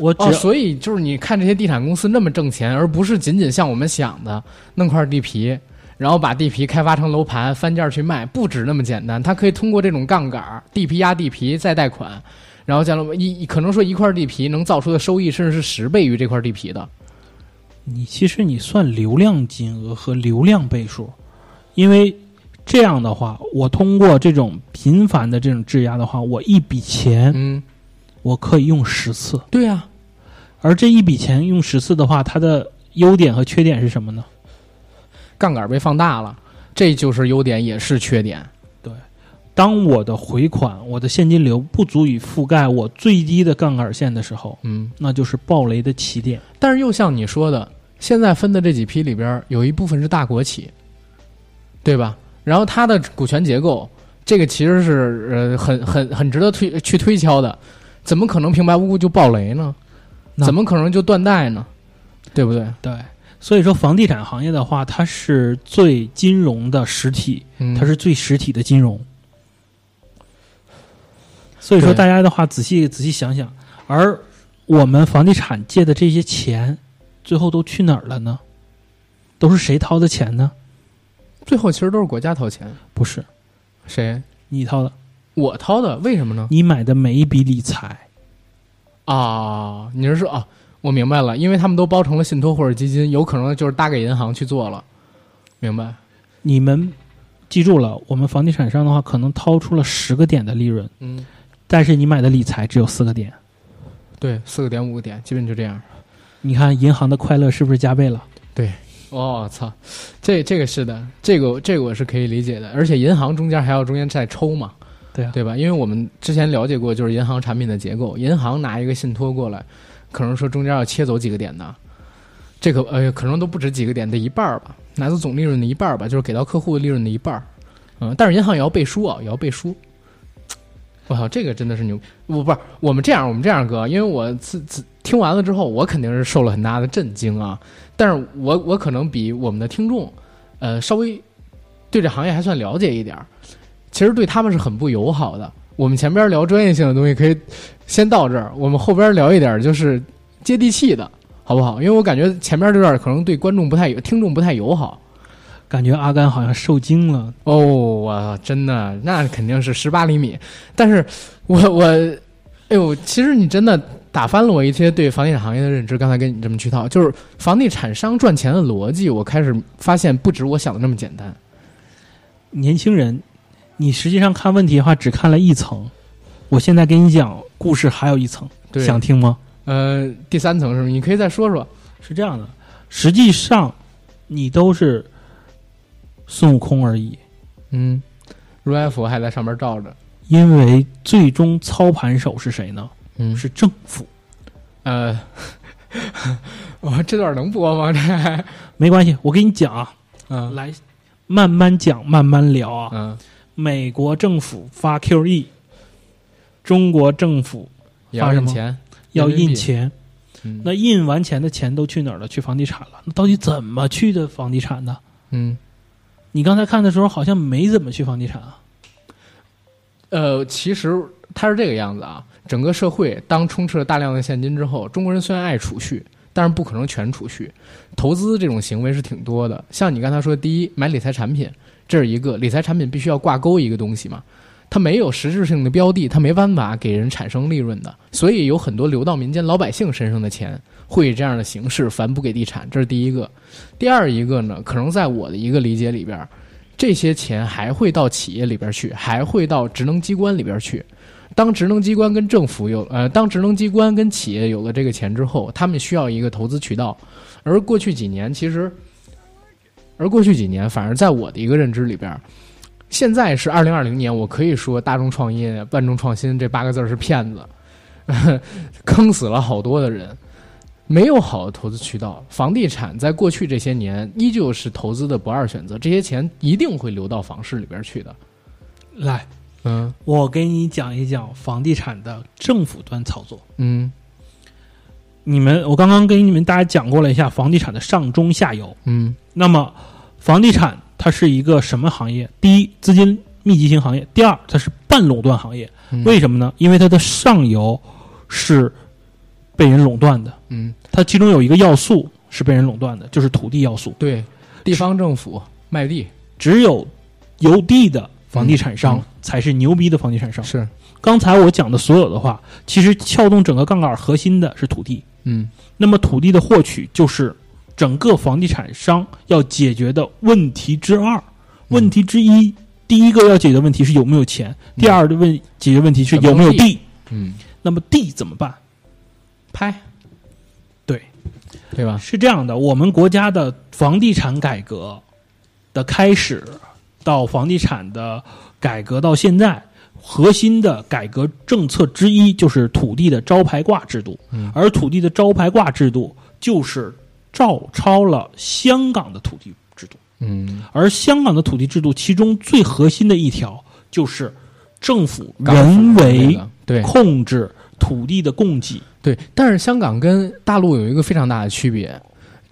Speaker 4: 我只
Speaker 3: 哦，
Speaker 4: 要、
Speaker 3: 所以就是你看这些地产公司那么挣钱，而不是仅仅像我们想的弄块地皮，然后把地皮开发成楼盘翻价去卖，不止那么简单。它可以通过这种杠杆儿，地皮压地皮再贷款，然后将来一可能说一块地皮能造出的收益甚至是十倍于这块地皮的。
Speaker 4: 你其实你算流量金额和流量倍数，因为这样的话，我通过这种频繁的这种质押的话，我一笔钱
Speaker 3: 嗯，
Speaker 4: 我可以用十次，
Speaker 3: 对啊呀、
Speaker 4: 而这一笔钱用十次的话，它的优点和缺点是什么呢？
Speaker 3: 杠杆儿被放大了，这就是优点也是缺点。
Speaker 4: 当我的回款、我的现金流不足以覆盖我最低的杠杆线的时候，
Speaker 3: 嗯，
Speaker 4: 那就是暴雷的起点。
Speaker 3: 但是又像你说的，现在分的这几批里边儿，有一部分是大国企，对吧？然后它的股权结构，这个其实是呃很很很值得推去推敲的，怎么可能平白无故就暴雷呢？
Speaker 4: 那
Speaker 3: 怎么可能就断代呢？对不对？
Speaker 4: 对，所以说房地产行业的话，它是最金融的实体，
Speaker 3: 嗯
Speaker 4: 它是最实体的金融。所以说，
Speaker 3: 对
Speaker 4: 大家的话仔细仔细想想，而我们房地产借的这些钱，最后都去哪儿了呢？都是谁掏的钱呢？
Speaker 3: 最后其实都是国家掏钱，
Speaker 4: 不是
Speaker 3: 谁？
Speaker 4: 你掏的，
Speaker 3: 我掏的，为什么呢？
Speaker 4: 你买的每一笔理财，
Speaker 3: 啊，你是说啊？我明白了，因为他们都包成了信托或者基金，有可能就是搭给银行去做了，明白？
Speaker 4: 你们记住了，我们房地产商的话，可能掏出了十个点的利润，
Speaker 3: 嗯，
Speaker 4: 但是你买的理财只有四个点。
Speaker 3: 对，四个点五个点，基本就这样。
Speaker 4: 你看银行的快乐是不是加倍了？
Speaker 3: 哦，操，这这个是的，这个这个我是可以理解的，而且银行中间还要中间再抽嘛，
Speaker 4: 对啊，
Speaker 3: 对吧？因为我们之前了解过，就是银行产品的结构，银行拿一个信托过来，可能说中间要切走几个点的，这个呃可能都不止几个点的一半儿吧，拿走总利润的一半儿吧，就是给到客户的利润的一半儿，嗯，但是银行也要背书啊，也要背书。我靠，这个真的是牛！逼！我不是我们这样，我们这样哥，因为我自自听完了之后，我肯定是受了很大的震惊啊。但是我我可能比我们的听众，呃，稍微对这行业还算了解一点儿，其实对他们是很不友好的。我们前边聊专业性的东西可以先到这儿，我们后边聊一点就是接地气的，好不好？因为我感觉前边这段可能对观众不太友、听众不太友好。
Speaker 4: 感觉阿甘好像受惊了。
Speaker 3: 哦，我真的那肯定
Speaker 4: (laughs)
Speaker 3: 是十八厘米，但是我我，哎呦，其实你真的打翻了我一些对房地产行业的认知。刚才跟你这么去套，就是房地产商赚钱的逻辑，我开始发现不止我想的那么简单。
Speaker 4: 年轻人，你实际上看问题的话，只看了一层。我现在跟你讲，故事还有一层。
Speaker 3: 对，
Speaker 4: 想听吗？
Speaker 3: 呃，第三层是不是？你可以再说说。
Speaker 4: 是这样的，实际上你都是孙悟空而已，
Speaker 3: 嗯，如来佛还在上面照着。
Speaker 4: 因为最终操盘手是谁呢？
Speaker 3: 嗯
Speaker 4: 是政府。
Speaker 3: 呃， (laughs) 我这段能播吗？这还
Speaker 4: 没关系，我跟你讲啊，
Speaker 3: 嗯
Speaker 4: 来慢慢讲，慢慢聊啊。
Speaker 3: 嗯，
Speaker 4: 美国政府发 QE，中国政府
Speaker 3: 也要
Speaker 4: 发什
Speaker 3: 印
Speaker 4: 么
Speaker 3: 钱。
Speaker 4: 要
Speaker 3: 人民
Speaker 4: 印
Speaker 3: 币
Speaker 4: 钱，
Speaker 3: 嗯
Speaker 4: 那印完钱的钱都去哪儿了？去房地产了。那到底怎么去的房地产呢？
Speaker 3: 嗯
Speaker 4: 你刚才看的时候好像没怎么去房地产啊。
Speaker 3: 呃，其实它是这个样子啊。整个社会当充斥了大量的现金之后，中国人虽然爱储蓄，但是不可能全储蓄。投资这种行为是挺多的，像你刚才说，第一，买理财产品，这是一个理财产品必须要挂钩一个东西嘛，它没有实质性的标的，它没办法给人产生利润的，所以有很多流到民间老百姓身上的钱会以这样的形式反哺给地产，这是第一个。第二一个呢，可能在我的一个理解里边，这些钱还会到企业里边去，还会到职能机关里边去。当职能机关跟政府有呃，当职能机关跟企业有了这个钱之后，他们需要一个投资渠道，而过去几年其实，而过去几年反而在我的一个认知里边儿，现在是二零二零年，我可以说大众创业、万众创新这八个字儿是骗子， (laughs) 坑死了好多的人。没有好的投资渠道，房地产在过去这些年依旧是投资的不二选择，这些钱一定会流到房市里边儿去的。
Speaker 4: 来，
Speaker 3: 嗯
Speaker 4: 我给你讲一讲房地产的政府端操作。
Speaker 3: 嗯
Speaker 4: 你们，我刚刚跟你们大家讲过了一下房地产的上中下游。
Speaker 3: 嗯
Speaker 4: 那么，房地产它是一个什么行业？第一，资金密集型行业；第二，它是半垄断行业。
Speaker 3: 嗯
Speaker 4: 为什么呢？因为它的上游是被人垄断的，
Speaker 3: 嗯，
Speaker 4: 它其中有一个要素是被人垄断的，就是土地要素。
Speaker 3: 对，地方政府卖地
Speaker 4: 只有有地的房地产商
Speaker 3: 嗯
Speaker 4: 才是牛逼的房地产商。
Speaker 3: 是
Speaker 4: 刚才我讲的所有的话，其实撬动整个杠杆核心的是土地。
Speaker 3: 嗯
Speaker 4: 那么土地的获取就是整个房地产商要解决的问题之二。问题之一，第一个要解决的问题是有没有钱，第二个问解决问题是有没有
Speaker 3: 有没
Speaker 4: 地。
Speaker 3: 嗯
Speaker 4: 那么地怎么办？
Speaker 3: 拍
Speaker 4: 对，
Speaker 3: 对吧？
Speaker 4: 是这样的，我们国家的房地产改革的开始到房地产的改革到现在，核心的改革政策之一就是土地的招牌挂制度，而土地的招牌挂制度就是照抄了香港的土地制度，
Speaker 3: 嗯，
Speaker 4: 而香港的土地制度其中最核心的一条就是政府
Speaker 3: 港府
Speaker 4: 人
Speaker 3: 那
Speaker 4: 为
Speaker 3: 个对
Speaker 4: 控制土地的供给。
Speaker 3: 对，但是香港跟大陆有一个非常大的区别。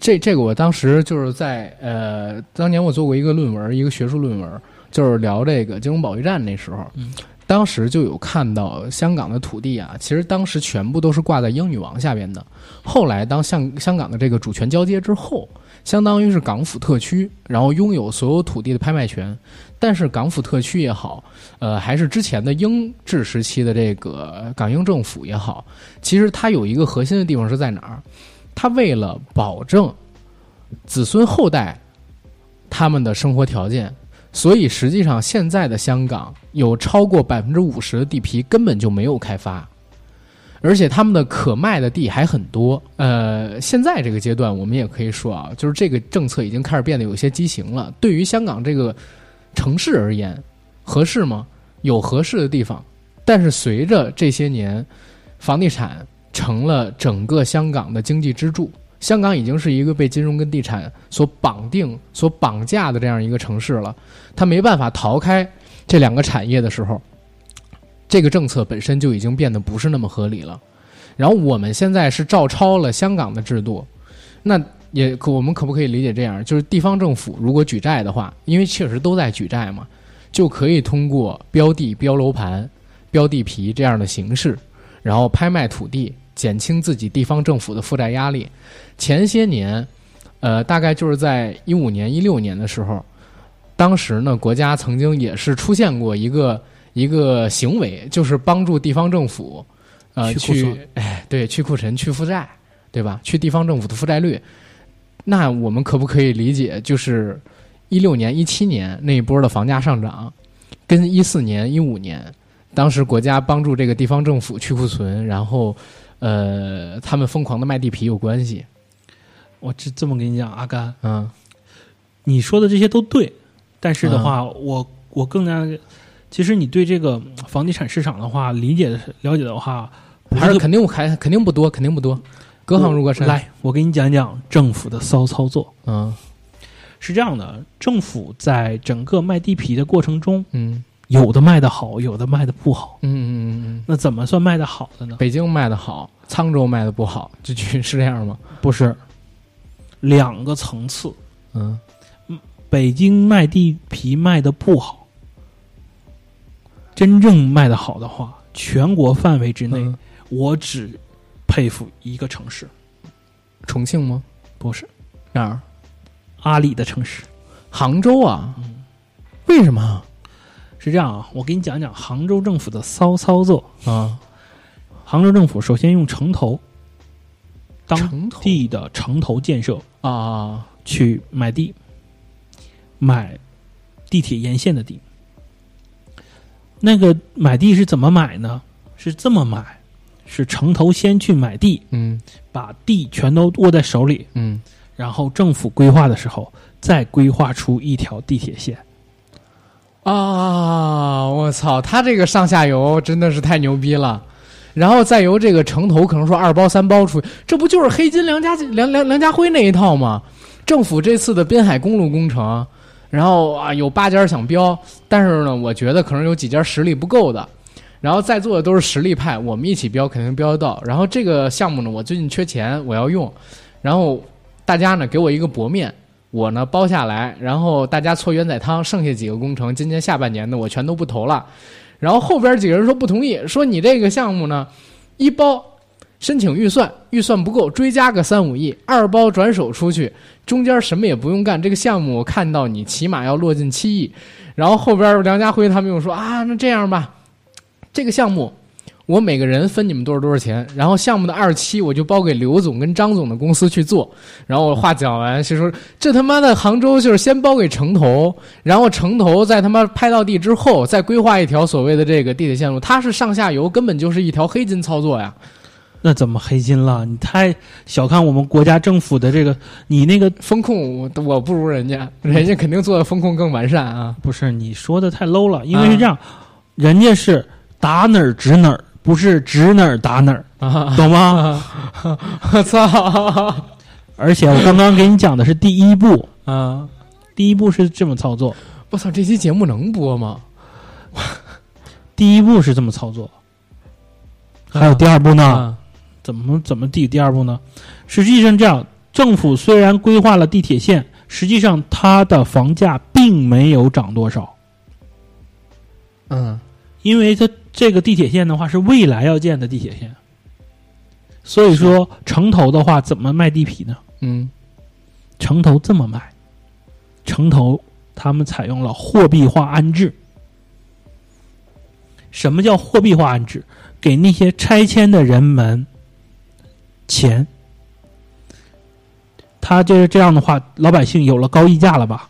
Speaker 3: 这这个我当时就是在呃，当年我做过一个论文，一个学术论文，就是聊这个金融保卫战那时候，
Speaker 4: 嗯
Speaker 3: 当时就有看到香港的土地啊，其实当时全部都是挂在英女王下边的。后来当香香港的这个主权交接之后，相当于是港府特区，然后拥有所有土地的拍卖权。但是港府特区也好，呃，还是之前的英治时期的这个港英政府也好，其实它有一个核心的地方是在哪儿？它为了保证子孙后代他们的生活条件，所以实际上现在的香港有超过百分之五十的地皮根本就没有开发，而且他们的可卖的地还很多。呃，现在这个阶段，我们也可以说啊，就是这个政策已经开始变得有些畸形了。对于香港这个城市而言，合适吗？有合适的地方，但是随着这些年，房地产成了整个香港的经济支柱。香港已经是一个被金融跟地产所绑定、所绑架的这样一个城市了，它没办法逃开这两个产业的时候，这个政策本身就已经变得不是那么合理了。然后我们现在是照抄了香港的制度，那也可我们可不可以理解这样，就是地方政府如果举债的话，因为确实都在举债嘛，就可以通过标地、标楼盘、标地皮这样的形式，然后拍卖土地，减轻自己地方政府的负债压力。前些年，呃，大概就是在一五年、一六年的时候，当时呢，国家曾经也是出现过一个一个行为，就是帮助地方政府，呃，
Speaker 4: 去库存
Speaker 3: 去哎，对，去库存、去负债，对吧？去地方政府的负债率。那我们可不可以理解，就是一六年、一七年那一波的房价上涨，跟一四年、一五年当时国家帮助这个地方政府去库存，然后呃，他们疯狂的卖地皮有关系。
Speaker 4: 我这这么跟你讲，阿甘，
Speaker 3: 嗯，
Speaker 4: 你说的这些都对，但是的
Speaker 3: 嗯
Speaker 4: 话，我我更加，其实你对这个嗯房地产市场的话，理解的了解的话，不
Speaker 3: 还是
Speaker 4: 特
Speaker 3: 肯定还肯定不多，肯定不多。隔行如隔山。，
Speaker 4: 来，我给你讲讲政府的骚操作。
Speaker 3: 嗯
Speaker 4: 是这样的，政府在整个卖地皮的过程中，
Speaker 3: 嗯
Speaker 4: 有的卖的好，有的卖的不好。
Speaker 3: 嗯嗯嗯嗯，
Speaker 4: 那怎么算卖的好的呢？
Speaker 3: 北京卖的好，沧州卖的不好，这句 (laughs) 是这样吗？
Speaker 4: 不是，两个层次。
Speaker 3: 嗯，
Speaker 4: 北京卖地皮卖的不好，真正卖的好的话，全国范围之内，
Speaker 3: 嗯
Speaker 4: 我只佩服一个城市，
Speaker 3: 重庆吗？
Speaker 4: 不是
Speaker 3: 哪儿？
Speaker 4: 阿里的城市。
Speaker 3: 杭州啊？为什么
Speaker 4: 是这样啊，我给你讲讲杭州政府的骚操作。
Speaker 3: 啊？
Speaker 4: 杭州政府首先用城投，当
Speaker 3: 城投
Speaker 4: 地的城投建设
Speaker 3: 啊，
Speaker 4: 去买地，买地铁沿线的地。那个买地是怎么买呢？是这么买，是城投先去买地，
Speaker 3: 嗯
Speaker 4: 把地全都握在手里，
Speaker 3: 嗯，
Speaker 4: 然后政府规划的时候再规划出一条地铁线。
Speaker 3: 啊！我操，他这个上下游真的是太牛逼了。然后再由这个城投可能说二包三包出去，这不就是黑金梁家梁梁梁家辉那一套吗？政府这次的滨海公路工程，然后啊有八家想标，但是呢，我觉得可能有几家实力不够的，然后在座的都是实力派，我们一起标肯定标得到。然后这个项目呢，我最近缺钱，我要用，然后大家呢给我一个薄面，我呢包下来，然后大家搓圆仔汤，剩下几个工程今年下半年的我全都不投了。然后后边几个人说不同意，说你这个项目呢，一包申请预算，预算不够追加个三五亿，二包转手出去，中间什么也不用干，这个项目我看到你起码要落进七亿。然后后边梁家辉他们又说啊，那这样吧，这个项目。我每个人分你们多少多少钱，然后项目的二期我就包给刘总跟张总的公司去做。然后我话讲完，是说这他妈的杭州就是先包给城投，然后城投在他妈拍到地之后，再规划一条所谓的这个地铁线路，它是上下游，根本就是一条黑金操作呀！
Speaker 4: 那怎么黑心了？你太小看我们国家政府的这个，你那个
Speaker 3: (laughs) 风控我我不如人家， (laughs) 人家肯定做的风控更完善啊！ (laughs)
Speaker 4: 不是你说的太 low 了，因为是这样，人家是打哪儿指哪儿，不是指哪儿打哪儿，
Speaker 3: 啊，
Speaker 4: 懂吗？
Speaker 3: 我操！
Speaker 4: 而且我刚刚给你讲的是第一步，
Speaker 3: 啊，
Speaker 4: 第一步是这么操作，
Speaker 3: 我操，这期节目能播吗？
Speaker 4: 第一步是这么操作，还有第二步呢？
Speaker 3: 啊，
Speaker 4: 怎么怎么地？第二步呢？实际上这样，政府虽然规划了地铁线，实际上它的房价并没有涨多少，
Speaker 3: 嗯
Speaker 4: 因为它这个地铁线的话是未来要建的地铁线，所以说城投的话怎么卖地皮呢？
Speaker 3: 嗯
Speaker 4: 城投这么卖，城投他们采用了货币化安置。什么叫货币化安置？给那些拆迁的人们钱。他就是这样的话，老百姓有了高溢价了吧，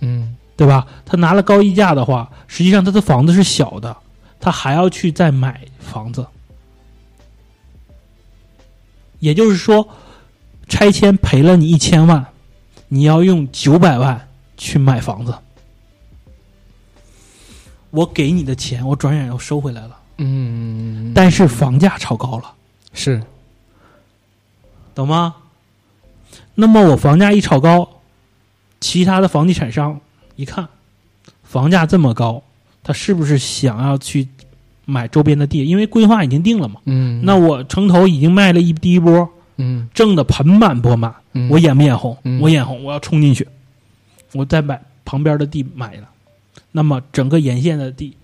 Speaker 3: 嗯
Speaker 4: 对吧？他拿了高溢价的话，实际上他的房子是小的，他还要去再买房子。也就是说，拆迁赔了你一千万，你要用九百万去买房子。我给你的钱，我转眼又收回来了，
Speaker 3: 嗯，
Speaker 4: 但是房价炒高了，
Speaker 3: 是
Speaker 4: 懂吗？那么我房价一炒高，其他的房地产商一看，房价这么高，他是不是想要去买周边的地？因为规划已经定了嘛。
Speaker 3: 嗯，
Speaker 4: 那我城投已经卖了一第一波，
Speaker 3: 嗯
Speaker 4: 挣得盆满钵满，
Speaker 3: 嗯，
Speaker 4: 我眼不眼红？
Speaker 3: 嗯
Speaker 4: 我眼红，我要冲进去，我再买旁边的地买了，那么整个沿线的地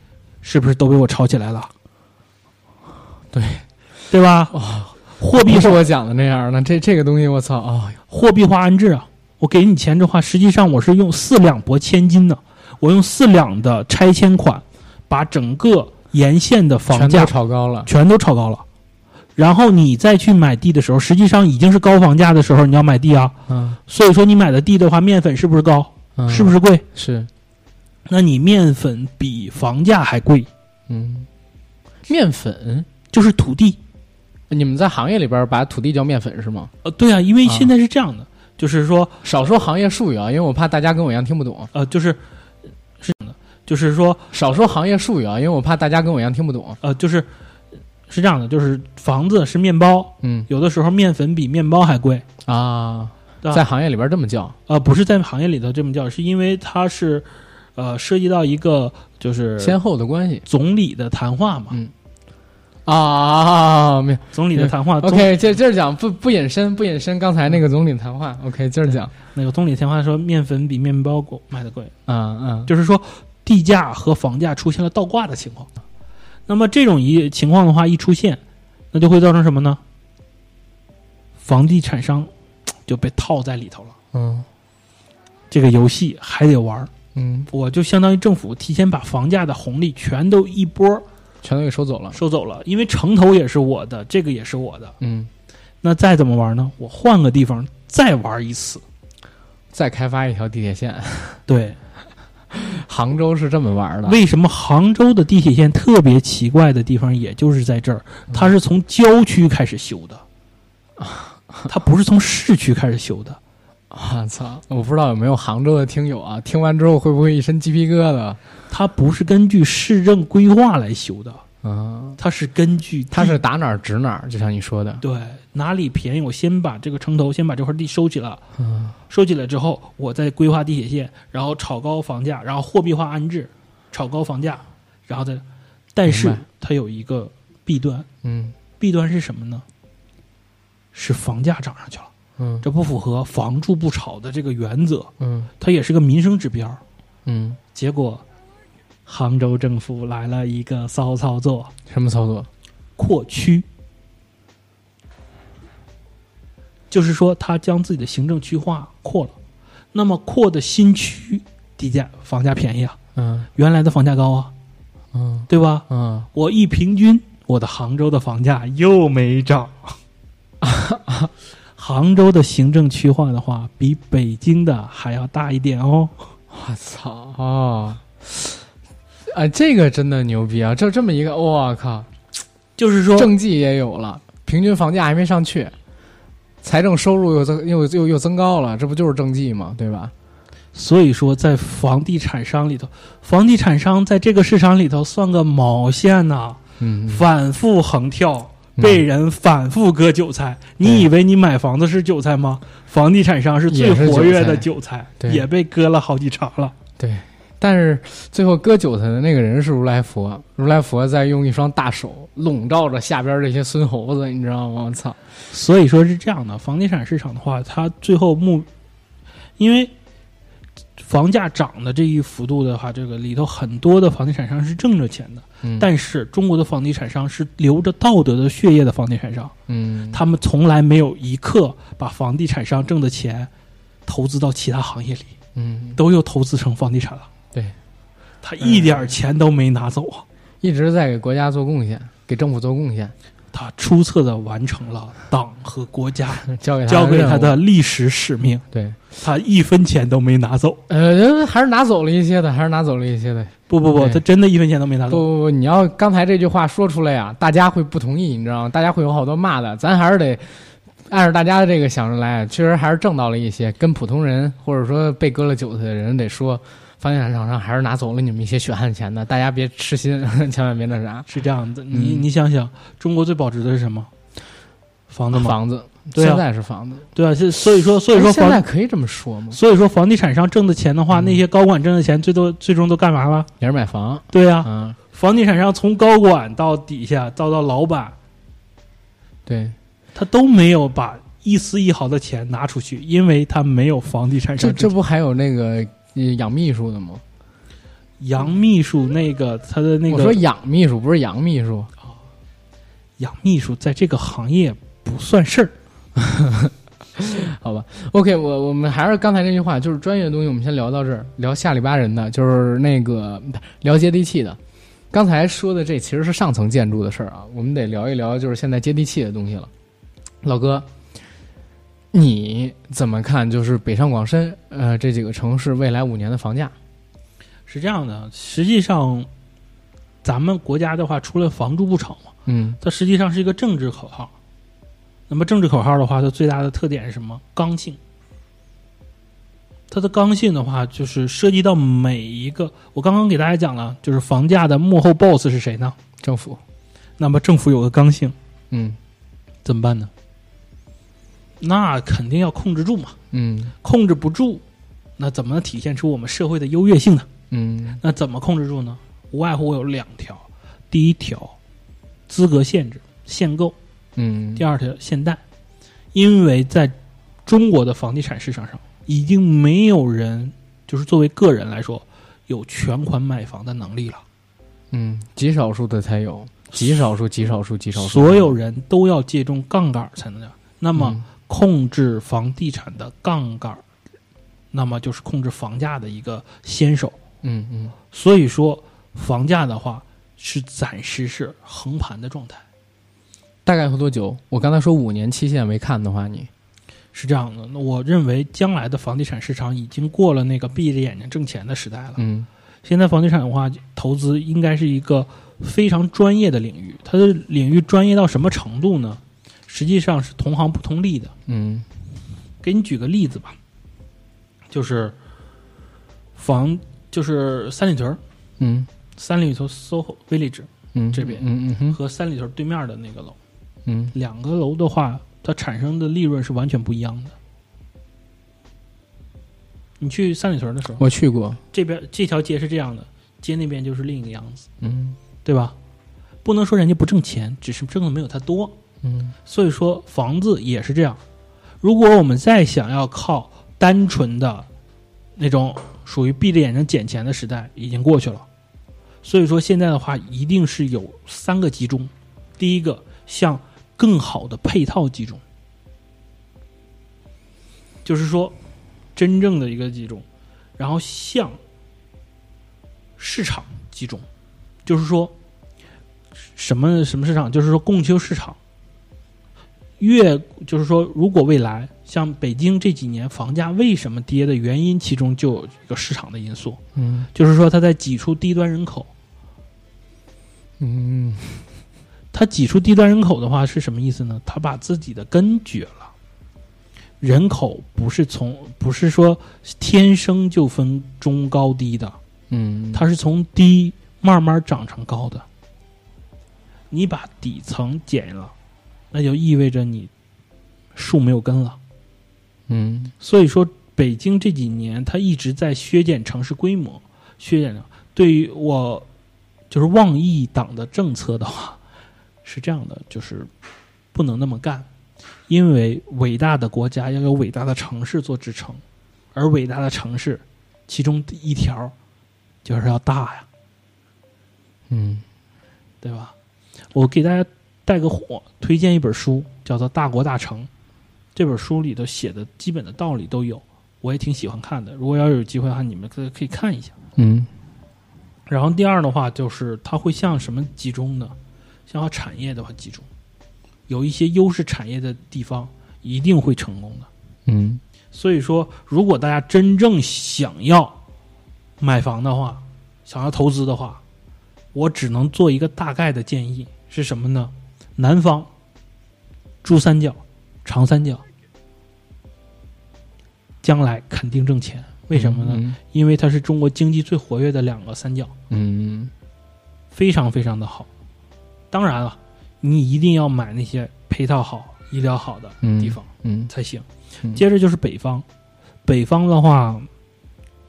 Speaker 4: 是不是都被我炒起来了？
Speaker 3: 对，哦
Speaker 4: 对吧？货币
Speaker 3: 不是
Speaker 4: 化
Speaker 3: 我讲的那样的，这这个东西我操啊！
Speaker 4: 货币化安置啊，我给你钱的话，实际上我是用四两拨千斤呢，我用四两的拆迁款把整个沿线的房
Speaker 3: 全
Speaker 4: 价
Speaker 3: 都炒高了，
Speaker 4: 全都炒高了。然后你再去买地的时候，实际上已经是高房价的时候，你要买地啊。
Speaker 3: 嗯，
Speaker 4: 所以说你买的地的话，面粉是不是高？
Speaker 3: 嗯
Speaker 4: 是不是贵？
Speaker 3: 是？
Speaker 4: 那你面粉比房价还贵，
Speaker 3: 嗯，面粉
Speaker 4: 就是土地，
Speaker 3: 你们在行业里边把土地叫面粉是吗？
Speaker 4: 呃，对啊，因为
Speaker 3: 啊
Speaker 4: 现在是这样的，就是说，
Speaker 3: 少说行业术语啊，因为我怕大家跟我一样听不懂。
Speaker 4: 呃，就是呃是这样的，就是说，
Speaker 3: 少说行业术语啊，因为我怕大家跟我一样听不懂。
Speaker 4: 呃，就是呃是这样的，就是房子是面包，
Speaker 3: 嗯
Speaker 4: 有的时候面粉比面包还贵。
Speaker 3: 啊，
Speaker 4: 对吧
Speaker 3: 在行业里边这么叫
Speaker 4: 呃，不是在行业里头这么叫，是因为它是，呃，涉及到一个就是
Speaker 3: 先后的关系
Speaker 4: 总理的谈话嘛，
Speaker 3: 嗯啊。明
Speaker 4: 总理的谈话。总
Speaker 3: OK，接接着讲，不不引申，不引申刚才那个总理谈话。OK，接着讲。
Speaker 4: 那个总理的谈话说，面粉比面包贵卖的贵，
Speaker 3: 嗯嗯，
Speaker 4: 就是说地价和房价出现了倒挂的情况。那么这种一情况的话，一出现，那就会造成什么呢？房地产商就被套在里头了。
Speaker 3: 嗯
Speaker 4: 这个游戏还得玩儿，
Speaker 3: 嗯，
Speaker 4: 我就相当于政府提前把房价的红利全都一波
Speaker 3: 全都给收走了。
Speaker 4: 收走了，因为城头也是我的，这个也是我的。
Speaker 3: 嗯，
Speaker 4: 那再怎么玩呢？我换个地方再玩一次。
Speaker 3: 再开发一条地铁线， (laughs)
Speaker 4: 对，
Speaker 3: 杭州是这么玩的。
Speaker 4: 为什么杭州的地铁线特别奇怪的地方，也就是在这儿，它是从郊区开始修 (laughs) 的，它不是从市区开始修的。
Speaker 3: (laughs) 我啊操！我不知道有没有杭州的听友啊，听完之后会不会一身鸡皮疙瘩？
Speaker 4: 它不是根据市政规划来修的，
Speaker 3: 嗯，
Speaker 4: 它是根据地
Speaker 3: 他是打哪儿指哪儿，就像你说的。
Speaker 4: 对哪里便宜，我先把这个城头，先把这块地收起来，
Speaker 3: 嗯
Speaker 4: 收起来之后，我再规划地铁线，然后炒高房价，然后货币化安置，炒高房价，然后再，但
Speaker 3: 明
Speaker 4: 是
Speaker 3: 白
Speaker 4: 它有一个弊端，
Speaker 3: 嗯
Speaker 4: 弊端是什么呢？是房价涨上去了，
Speaker 3: 嗯
Speaker 4: 这不符合房住不炒的这个原则，
Speaker 3: 嗯
Speaker 4: 它也是个民生指标。
Speaker 3: 嗯，
Speaker 4: 结果，杭州政府来了一个骚操作，
Speaker 3: 什么操作？
Speaker 4: 扩区，就是说他将自己的行政区划扩了。那么扩的新区地价房价便宜啊，
Speaker 3: 嗯
Speaker 4: 原来的房价高啊，
Speaker 3: 嗯
Speaker 4: 对吧？
Speaker 3: 嗯，
Speaker 4: 我一平均，我的杭州的房价又没涨。杭州的行政区划的话，比北京的还要大一点哦。
Speaker 3: 我操！哦，啊，这个真的牛逼啊！就这么一个，我靠，
Speaker 4: 就是说，
Speaker 3: 政绩也有了，平均房价还没上去，财政收入又增又又又增高了，这不就是政绩吗？对吧？
Speaker 4: 所以说在房地产商里头，房地产商在这个市场里头算个毛线呐、
Speaker 3: 嗯
Speaker 4: 反复横跳，被人反复割韭菜。你以为你买房子是韭菜吗？房地产商是最活跃的韭菜，
Speaker 3: 对
Speaker 4: 也被割了好几茬了。
Speaker 3: 对，但是最后割韭菜的那个人是如来佛，如来佛在用一双大手笼罩着下边这些孙猴子，你知道吗？我操！
Speaker 4: 所以说是这样的，房地产市场的话，它最后目，因为房价涨的这一幅度的话，这个里头很多的房地产商是挣着钱的，
Speaker 3: 嗯
Speaker 4: 但是中国的房地产商是流着道德的血液的房地产商，
Speaker 3: 嗯，
Speaker 4: 他们从来没有一刻把房地产商挣的钱投资到其他行业里。
Speaker 3: 嗯，
Speaker 4: 都又投资成房地产了。
Speaker 3: 对，
Speaker 4: 他一点儿钱都没拿走啊，
Speaker 3: 一直在给国家做贡献，给政府做贡献，
Speaker 4: 他出色的完成了党和国家
Speaker 3: (laughs) 交给他
Speaker 4: 交给他
Speaker 3: 任
Speaker 4: 的
Speaker 3: 务
Speaker 4: 历史使命，
Speaker 3: 对，
Speaker 4: 他一分钱都没拿走。
Speaker 3: 呃，还是拿走了一些的，还是拿走了一些的。
Speaker 4: 不不不，
Speaker 3: 对
Speaker 4: 他真的一分钱都没拿
Speaker 3: 不
Speaker 4: 走。
Speaker 3: 不不，你要刚才这句话说出来呀、大家会不同意，你知道吗？大家会有好多骂的，咱还是得按照大家的这个想着来，确实还是挣到了一些，跟普通人或者说被割了韭菜的人得说，房地产厂商还是拿走了你们一些血汗钱的，大家别痴心， (laughs) 千万别那啥。
Speaker 4: 是这样的，你
Speaker 3: 嗯
Speaker 4: 你想想，中国最保值的是什么？房子吗？
Speaker 3: 房子，
Speaker 4: 对啊
Speaker 3: 现在是房子，
Speaker 4: 对啊，是所以说所以说
Speaker 3: 哎现在
Speaker 4: 房
Speaker 3: 可以这么说吗？
Speaker 4: 所以说房地产商挣的钱的话，
Speaker 3: 嗯
Speaker 4: 那些高管挣的钱最多最终都干嘛了？
Speaker 3: 也是买房，
Speaker 4: 对啊，
Speaker 3: 嗯，
Speaker 4: 房地产商从高管到底下，到到老板，
Speaker 3: 对，
Speaker 4: 他都没有把一丝一毫的钱拿出去，因为他没有房地产
Speaker 3: 这
Speaker 4: 商。
Speaker 3: 这不还有那个呃养秘书的吗？
Speaker 4: 杨秘书那个他的那
Speaker 3: 我说
Speaker 4: 个
Speaker 3: 养秘书不是杨秘书，
Speaker 4: 杨秘书在这个行业不算事儿。
Speaker 3: 好吧，OK，我我们还是刚才那句话，就是专业的东西，我们先聊到这儿，聊下里巴人的，就是那个聊接地气的。刚才说的这其实是上层建筑的事儿啊，我们得聊一聊就是现在接地气的东西了。老哥，你怎么看？就是北上广深呃这几个城市未来五年的房价？
Speaker 4: 是这样的，实际上咱们国家的话，除了房住不炒嘛，
Speaker 3: 嗯
Speaker 4: 它实际上是一个政治口号。那么政治口号的话，它最大的特点是什么？刚性。它的刚性的话，就是涉及到每一个。我刚刚给大家讲了，就是房价的幕后 BOSS 是谁呢？
Speaker 3: 政府，
Speaker 4: 那么政府有个刚性，
Speaker 3: 嗯
Speaker 4: 怎么办呢？那肯定要控制住嘛，
Speaker 3: 嗯
Speaker 4: 控制不住，那怎么体现出我们社会的优越性呢？
Speaker 3: 嗯
Speaker 4: 那怎么控制住呢？无外乎有两条，第一条，资格限制限购；
Speaker 3: 嗯
Speaker 4: 第，二条限贷。因为在中国的房地产市场上，已经没有人就是作为个人来说有全款买房的能力了，
Speaker 3: 嗯，极少数的才有，极少数，极少数，极少数，
Speaker 4: 所有人都要借助杠杆儿才能这样。那
Speaker 3: 嗯
Speaker 4: 么、控制房地产的杠杆儿，那么就是控制房价的一个先手。
Speaker 3: 嗯嗯
Speaker 4: 所以说，房价的话是暂时是横盘的状态，
Speaker 3: 大概会多久？我刚才说五年期限没看的话，你
Speaker 4: 是这样的。那我认为将来的房地产市场已经过了那个闭着眼睛挣钱的时代了。
Speaker 3: 嗯
Speaker 4: 现在房地产的话，投资应该是一个非常专业的领域。它的领域专业到什么程度呢？实际上是同行不同利的。
Speaker 3: 嗯
Speaker 4: 给你举个例子吧，就是房，就是三里屯儿
Speaker 3: 嗯
Speaker 4: 三里屯 SOHO Village
Speaker 3: 嗯，
Speaker 4: 这边
Speaker 3: 嗯嗯嗯
Speaker 4: 和三里屯对面的那个楼，
Speaker 3: 嗯
Speaker 4: 两个楼的话，它产生的利润是完全不一样的。你去三里屯的时候，
Speaker 3: 我去过，
Speaker 4: 这边这条街是这样的，街那边就是另一个样子，
Speaker 3: 嗯
Speaker 4: 对吧？不能说人家不挣钱，只是挣的没有它多。
Speaker 3: 嗯
Speaker 4: 所以说房子也是这样。如果我们再想要靠单纯的那种属于闭着眼睛捡钱的时代，已经过去了。所以说现在的话，一定是有三个集中。第一个向更好的配套集中，就是说真正的一个集中，然后向市场集中，就是说什么什么市场，就是说供求市场。越就是说，如果未来像北京这几年房价为什么跌的原因，其中就有一个市场的因素，
Speaker 3: 嗯
Speaker 4: 就是说它在挤出低端人口。
Speaker 3: 嗯
Speaker 4: 它挤出低端人口的话是什么意思呢？它把自己的根绝了。人口不是从不是说天生就分中高低的，
Speaker 3: 嗯，
Speaker 4: 它是从低慢慢长成高的。你把底层减了，那就意味着你树没有根了。
Speaker 3: 嗯
Speaker 4: 所以说，北京这几年它一直在削减城市规模，削减量。对于我，就是妄议党的政策的话，是这样的，就是不能那么干，因为伟大的国家要有伟大的城市做支撑，而伟大的城市，其中一条就是要大呀，
Speaker 3: 嗯
Speaker 4: 对吧？我给大家带个火，推荐一本书，叫做《大国大成》。这本书里头写的基本的道理都有，我也挺喜欢看的。如果要有机会的话，你们可以可以看一下。
Speaker 3: 嗯
Speaker 4: 然后第二的话，就是它会向什么集中呢？向产业的话集中，有一些优势产业的地方一定会成功的。
Speaker 3: 嗯
Speaker 4: 所以说，如果大家真正想要买房的话，想要投资的话，我只能做一个大概的建议是什么呢？南方、珠三角、长三角，将来肯定挣钱。为什么呢？？因为它是中国经济最活跃的两个三角，
Speaker 3: 嗯
Speaker 4: 非常非常的好。当然了，你一定要买那些配套好、医疗好的
Speaker 3: 嗯
Speaker 4: 地方。
Speaker 3: 嗯
Speaker 4: 才行
Speaker 3: 嗯。
Speaker 4: 接着就是北方，北方的话，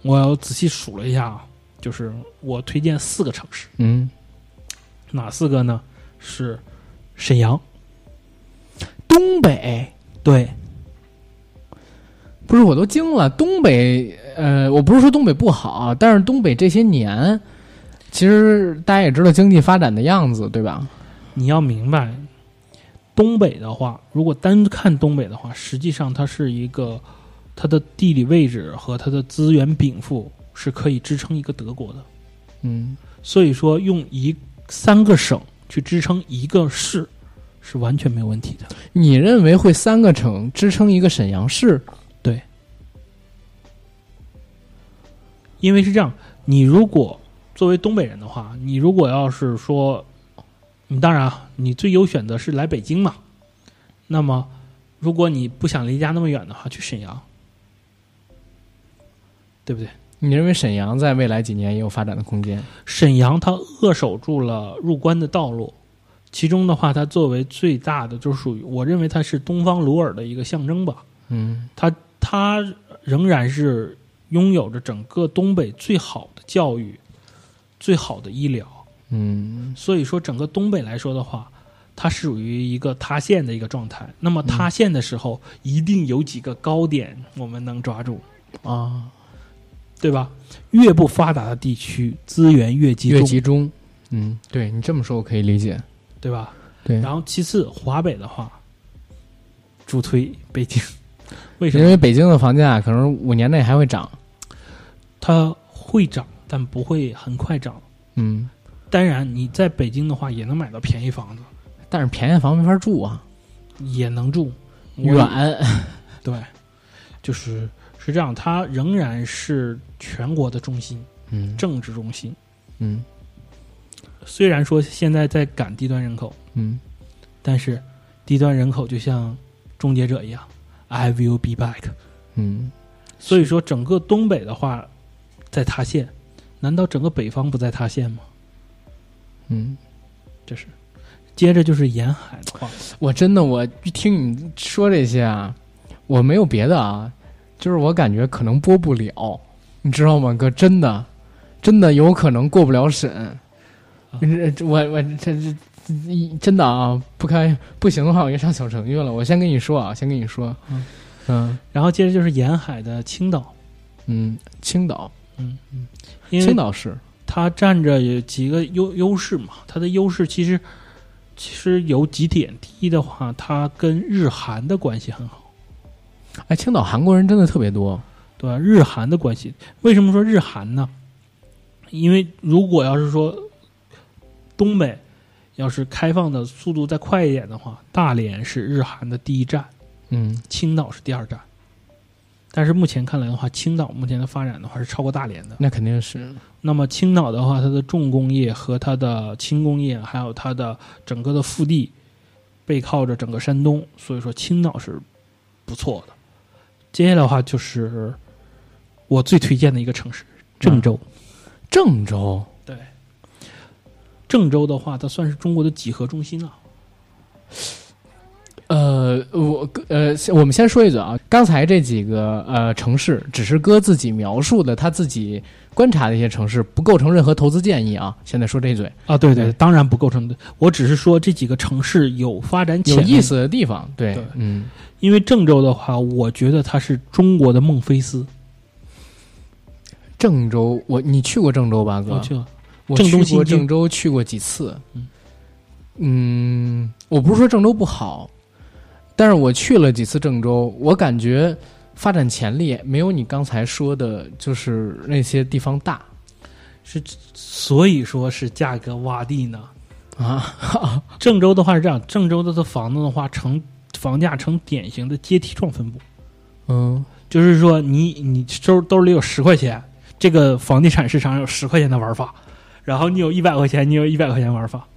Speaker 4: 我仔细数了一下啊，就是我推荐四个城市，
Speaker 3: 嗯，
Speaker 4: 哪四个呢？是沈阳，
Speaker 3: 东北。
Speaker 4: 对，
Speaker 3: 不是，我都惊了。东北，呃，我不是说东北不好，啊但是东北这些年，其实大家也知道经济发展的样子，对吧？
Speaker 4: 你要明白，东北的话，如果单看东北的话，实际上它是一个它的地理位置和它的资源禀赋是可以支撑一个德国的。
Speaker 3: 嗯
Speaker 4: 所以说，用一三个省去支撑一个市是完全没有问题的。
Speaker 3: 你认为会三个城支撑一个沈阳市？
Speaker 4: 因为是这样，你如果作为东北人的话，你如果要是说，你当然啊，你最优选择是来北京嘛，那么，如果你不想离家那么远的话，去沈阳，对不对？
Speaker 3: 你认为沈阳在未来几年也有发展的空间？
Speaker 4: 沈阳它扼守住了入关的道路，其中的话，它作为最大的，就是属于我认为它是东方鲁尔的一个象征吧。
Speaker 3: 嗯
Speaker 4: 它它仍然是拥有着整个东北最好的教育、最好的医疗，
Speaker 3: 嗯
Speaker 4: 所以说整个东北来说的话，它是属于一个塌陷的一个状态。那么
Speaker 3: 嗯
Speaker 4: 塌陷的时候，一定有几个高点我们能抓住，
Speaker 3: 啊，
Speaker 4: 对吧？越不发达的地区，资源越集
Speaker 3: 越
Speaker 4: 中，
Speaker 3: 集中。嗯，对你这么说我可以理解。
Speaker 4: 对吧？
Speaker 3: 对，
Speaker 4: 然后其次，华北的话，主推北京， (laughs) 为什
Speaker 3: 因
Speaker 4: 么？
Speaker 3: 为北京的房价可能五年内还会涨。
Speaker 4: 它会涨，但不会很快涨。
Speaker 3: 嗯，
Speaker 4: 当然，你在北京的话，也能买到便宜房子，
Speaker 3: 但是便宜房没法住啊，
Speaker 4: 也能住。我
Speaker 3: 远。
Speaker 4: 对，就是是这样，它仍然是全国的中心，
Speaker 3: 嗯
Speaker 4: 政治中心。
Speaker 3: 嗯
Speaker 4: 虽然说现在在赶低端人口，
Speaker 3: 嗯，
Speaker 4: 但是低端人口就像终结者一样，I will be back。
Speaker 3: 嗯，
Speaker 4: 所以说，整个东北的话在塌陷，难道整个北方不在塌陷吗？
Speaker 3: 嗯，
Speaker 4: 这是。接着就是沿海的话，
Speaker 3: 我真的我一听你说这些啊，我没有别的啊，就是我感觉可能播不了，你知道吗？哥，真的，真的有可能过不了审。
Speaker 4: 啊
Speaker 3: 这我我这这这真的啊，不开不行的话，我就上小程序了。我先跟你说啊，先跟你说
Speaker 4: 嗯，
Speaker 3: 嗯
Speaker 4: 然后接着就是沿海的青岛，嗯
Speaker 3: 嗯，青岛，
Speaker 4: 因为
Speaker 3: 青岛市，
Speaker 4: 它占着有几个优优势嘛，它的优势其实其实有几点。第一的话，它跟日韩的关系很好，
Speaker 3: 哎，青岛韩国人真的特别多。
Speaker 4: 对吧？日韩的关系，为什么说日韩呢？因为如果要是说东北要是开放的速度再快一点的话，大连是日韩的第一站，
Speaker 3: 嗯
Speaker 4: 青岛是第二站。但是目前看来的话，青岛目前的发展的话是超过大连的，。
Speaker 3: 那肯定是，
Speaker 4: 那么青岛的话，它的重工业和它的轻工业，还有它的整个的腹地，背靠着整个山东，所以说青岛是不错的。接下来的话就是我最推荐的一个城市——郑州。
Speaker 3: 郑州，
Speaker 4: 嗯对，郑州的话，它算是中国的几何中心啊了。
Speaker 3: 呃，我呃，先我们先说一嘴啊，刚才这几个呃城市，只是哥自己描述的他自己观察的一些城市，不构成任何投资建议啊。现在说这一嘴
Speaker 4: 啊，对
Speaker 3: 对
Speaker 4: 当然不构成的，我只是说这几个城市有发展潜
Speaker 3: 有
Speaker 4: 力。
Speaker 3: 意，思的地方，对，
Speaker 4: 对
Speaker 3: 嗯，
Speaker 4: 因为郑州的话，我觉得它是中国的孟菲斯。
Speaker 3: 郑州，我你去过郑州吧，哥？
Speaker 4: 我去了，
Speaker 3: 我
Speaker 4: 郑东
Speaker 3: 去过
Speaker 4: 新京
Speaker 3: 郑州，去过几次
Speaker 4: 嗯。
Speaker 3: 嗯，我不是说郑州不好，但是我去了几次郑州，我感觉发展潜力没有你刚才说的，就是那些地方大
Speaker 4: 是所以说是价格洼地呢。
Speaker 3: 啊。
Speaker 4: 郑州的话是这样，郑州的它房子的话呈房价呈典型的阶梯状分布，
Speaker 3: 嗯
Speaker 4: 就是说你你兜兜里有十块钱，这个房地产市场有十块钱的玩法，然后你有一百块钱，你有一百块钱玩法，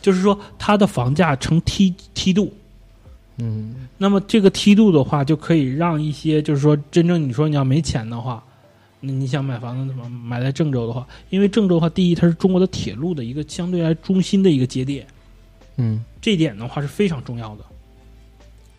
Speaker 4: 就是说它的房价呈梯梯度。
Speaker 3: 嗯。
Speaker 4: 那么这个梯度的话，就可以让一些就是说真正你说你要没钱的话，那你想买房子怎么买在郑州的话，因为郑州的话，第一它是中国的铁路的一个相对来中心的一个节点，
Speaker 3: 嗯
Speaker 4: 这一点的话是非常重要的，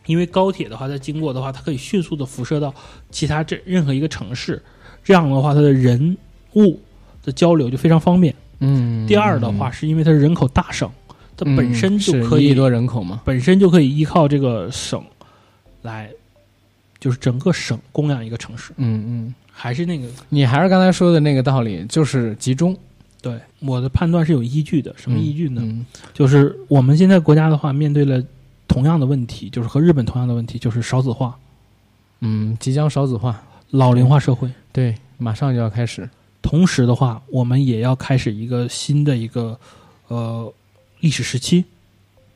Speaker 4: 因为高铁的话，它经过的话，它可以迅速的辐射到其他这任何一个城市，这样的话，它的人物的交流就非常方便。
Speaker 3: 嗯，
Speaker 4: 第二的话，是因为它是人口大省，它
Speaker 3: 嗯
Speaker 4: 本身就是可
Speaker 3: 一亿
Speaker 4: 以、
Speaker 3: 多人口嘛，
Speaker 4: 本身就可以依靠这个省来，就是整个省供养一个城市。
Speaker 3: 嗯嗯，
Speaker 4: 还是那个，
Speaker 3: 你还是刚才说的那个道理，就是集中，
Speaker 4: 对我的判断是有依据的。什么依据呢？
Speaker 3: 嗯
Speaker 4: 就是我们现在国家的话，面对了同样的问题，就是和日本同样的问题，就是少子化。
Speaker 3: 嗯，即将少子化，
Speaker 4: 老龄化社会。
Speaker 3: 对，马上就要开始，
Speaker 4: 同时的话，我们也要开始一个新的一个呃历史时期，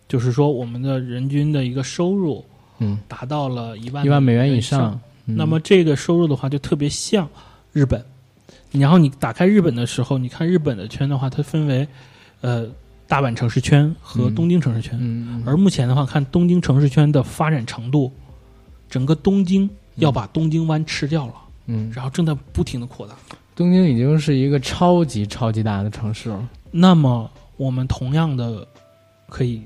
Speaker 4: 就是说我们的人均的一个收入
Speaker 3: 嗯，
Speaker 4: 达到了一万
Speaker 3: 一万美元以
Speaker 4: 上。
Speaker 3: 上，嗯
Speaker 4: 那么这个收入的话，就特别像日本。然后你打开日本的时候，你看日本的圈的话，它分为呃大阪城市圈和
Speaker 3: 嗯
Speaker 4: 东京城市圈。
Speaker 3: 嗯，
Speaker 4: 而目前的话，看东京城市圈的发展程度，整个东京要把东京湾吃掉了，
Speaker 3: 嗯，
Speaker 4: 然后正在不停的扩大。
Speaker 3: 东京已经是一个超级超级大的城市了。
Speaker 4: 那么我们同样的可以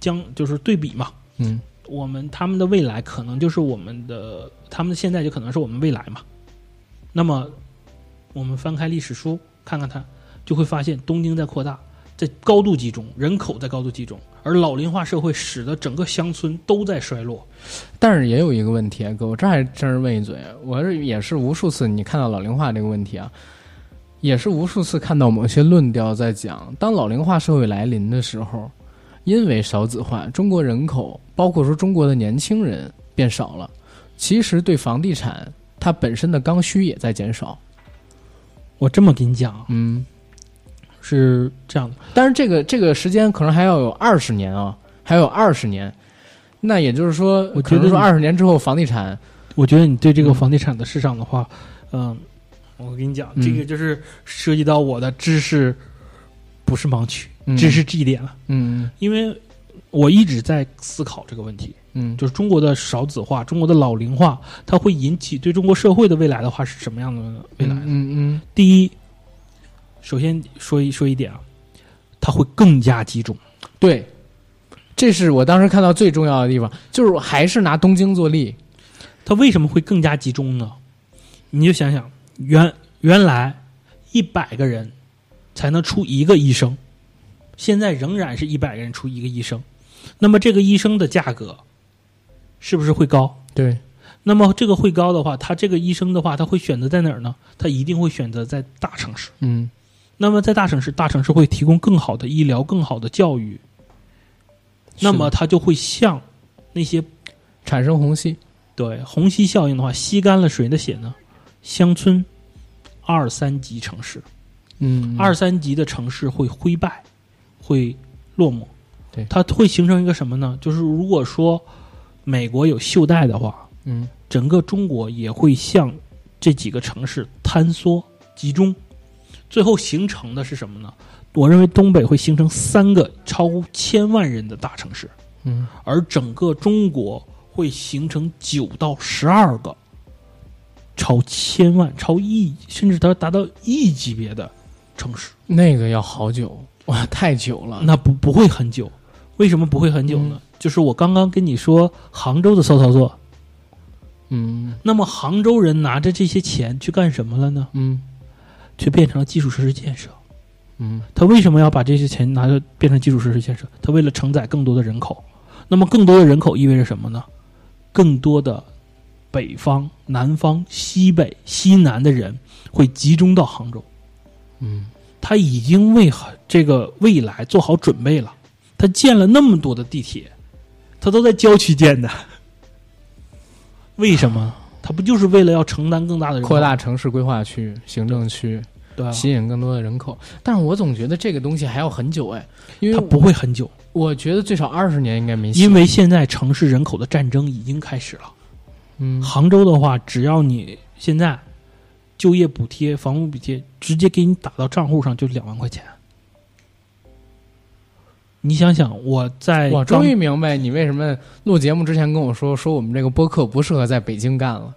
Speaker 4: 将就是对比嘛，
Speaker 3: 嗯
Speaker 4: 我们他们的未来可能就是我们的，他们的现在就可能是我们未来嘛。那么我们翻开历史书看看它，就会发现东京在扩大，在高度集中，人口在高度集中，而老龄化社会使得整个乡村都在衰落。
Speaker 3: 但是也有一个问题啊，哥，我这还真是问一嘴，我是也是无数次你看到老龄化这个问题啊，也是无数次看到某些论调在讲，当老龄化社会来临的时候，因为少子化，中国人口包括说中国的年轻人变少了，其实对房地产它本身的刚需也在减少。
Speaker 4: 我这么跟你讲啊，
Speaker 3: 嗯，
Speaker 4: 是这样的，
Speaker 3: 但是这个这个时间可能还要有二十年啊，还有二十年。那也就是说，
Speaker 4: 我觉
Speaker 3: 可
Speaker 4: 得
Speaker 3: 能说
Speaker 4: 你
Speaker 3: 二十年之后，房地产
Speaker 4: 我觉得你对
Speaker 3: 嗯
Speaker 4: 这个房地产的市场的话，嗯，我跟你讲，
Speaker 3: 嗯
Speaker 4: 这个就是涉及到我的知识，不是盲区，
Speaker 3: 嗯
Speaker 4: 知识这一点了。
Speaker 3: 嗯
Speaker 4: 因为我一直在思考这个问题，
Speaker 3: 嗯，
Speaker 4: 就是中国的少子化、中国的老龄化，它会引起对中国社会的未来的话是什么样的未来？
Speaker 3: 嗯嗯
Speaker 4: 第一，首先说一说一点啊，它会更加集中。
Speaker 3: 嗯，对，这是我当时看到最重要的地方，就是我还是拿东京做例，
Speaker 4: 它为什么会更加集中呢？你就想想，原原来一百个人才能出一个医生，现在仍然是一百个人出一个医生，那么这个医生的价格是不是会高？
Speaker 3: 对，
Speaker 4: 那么这个会高的话，他这个医生的话，他会选择在哪儿呢？他一定会选择在大城市。
Speaker 3: 嗯
Speaker 4: 那么在大城市，大城市会提供更好的医疗、更好的教育，那么他就会向那些
Speaker 3: 产生虹吸，
Speaker 4: 对虹吸效应的话，吸干了谁的血呢？乡村二三级城市，
Speaker 3: 嗯，
Speaker 4: 二三级的城市会灰败，会落寞。
Speaker 3: 对
Speaker 4: 它会形成一个什么呢？就是如果说美国有袖带的话，
Speaker 3: 嗯
Speaker 4: 整个中国也会向这几个城市坍缩集中，最后形成的是什么呢？我认为东北会形成三个超过千万人的大城市，
Speaker 3: 嗯，
Speaker 4: 而整个中国会形成九到十二个超千万、超亿，甚至它达到亿级别的城市。
Speaker 3: 那个要好久哇，太久了，嗯
Speaker 4: 那不不会很久，为什么不会很久呢？就是我刚刚跟你说杭州的骚操作，
Speaker 3: 嗯
Speaker 4: 那么杭州人拿着这些钱去干什么了呢？
Speaker 3: 嗯
Speaker 4: 却变成了基础设施建设。
Speaker 3: 嗯
Speaker 4: 他为什么要把这些钱拿着变成基础设施建设？他为了承载更多的人口。那么更多的人口意味着什么呢？更多的北方、南方、西北、西南的人会集中到杭州。
Speaker 3: 嗯，
Speaker 4: 他已经为这个未来做好准备了。他建了那么多的地铁，他都在郊区建的。为什么？他不就是为了要承担更大的人口
Speaker 3: 嗯扩大城市规划区、行政区，
Speaker 4: 对啊？
Speaker 3: 吸引更多的人口，但是我总觉得这个东西还要很久哎，因
Speaker 4: 他
Speaker 3: 为
Speaker 4: 不会很久。
Speaker 3: 我觉得最少二十年应该没戏，
Speaker 4: 因为现在城市人口的战争已经开始了。
Speaker 3: 嗯
Speaker 4: 杭州的话，只要你现在就业补贴、房屋补贴直接给你打到账户上，就两万块钱。你想想，我在
Speaker 3: 我
Speaker 4: 刚
Speaker 3: 终于明白你为什么录节目之前跟我说说我们这个播客不适合在北京干了。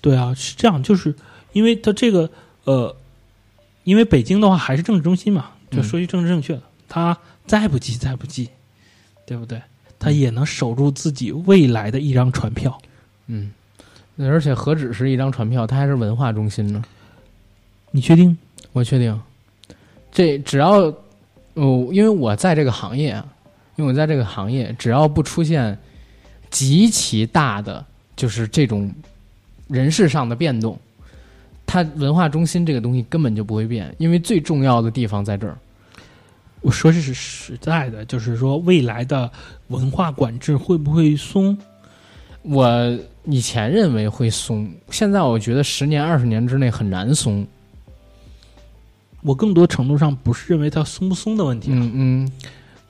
Speaker 4: 对啊，是这样，就是因为它这个呃，因为北京的话还是政治中心嘛，就
Speaker 3: 嗯
Speaker 4: 说句政治正确的，它再不济再不济，对不对？它也能守住自己未来的一张船票。
Speaker 3: 嗯，而且何止是一张船票，它还是文化中心呢。
Speaker 4: 你确定？
Speaker 3: 我确定，这只要哦，因为我在这个行业，啊，因为我在这个行业，只要不出现极其大的就是这种人事上的变动，它文化中心这个东西根本就不会变，因为最重要的地方在这儿。
Speaker 4: 我说这是实在的，就是说未来的文化管制会不会松？
Speaker 3: 我以前认为会松，现在我觉得十年、二十年之内很难松。
Speaker 4: 我更多程度上不是认为它松不松的问题，
Speaker 3: 嗯嗯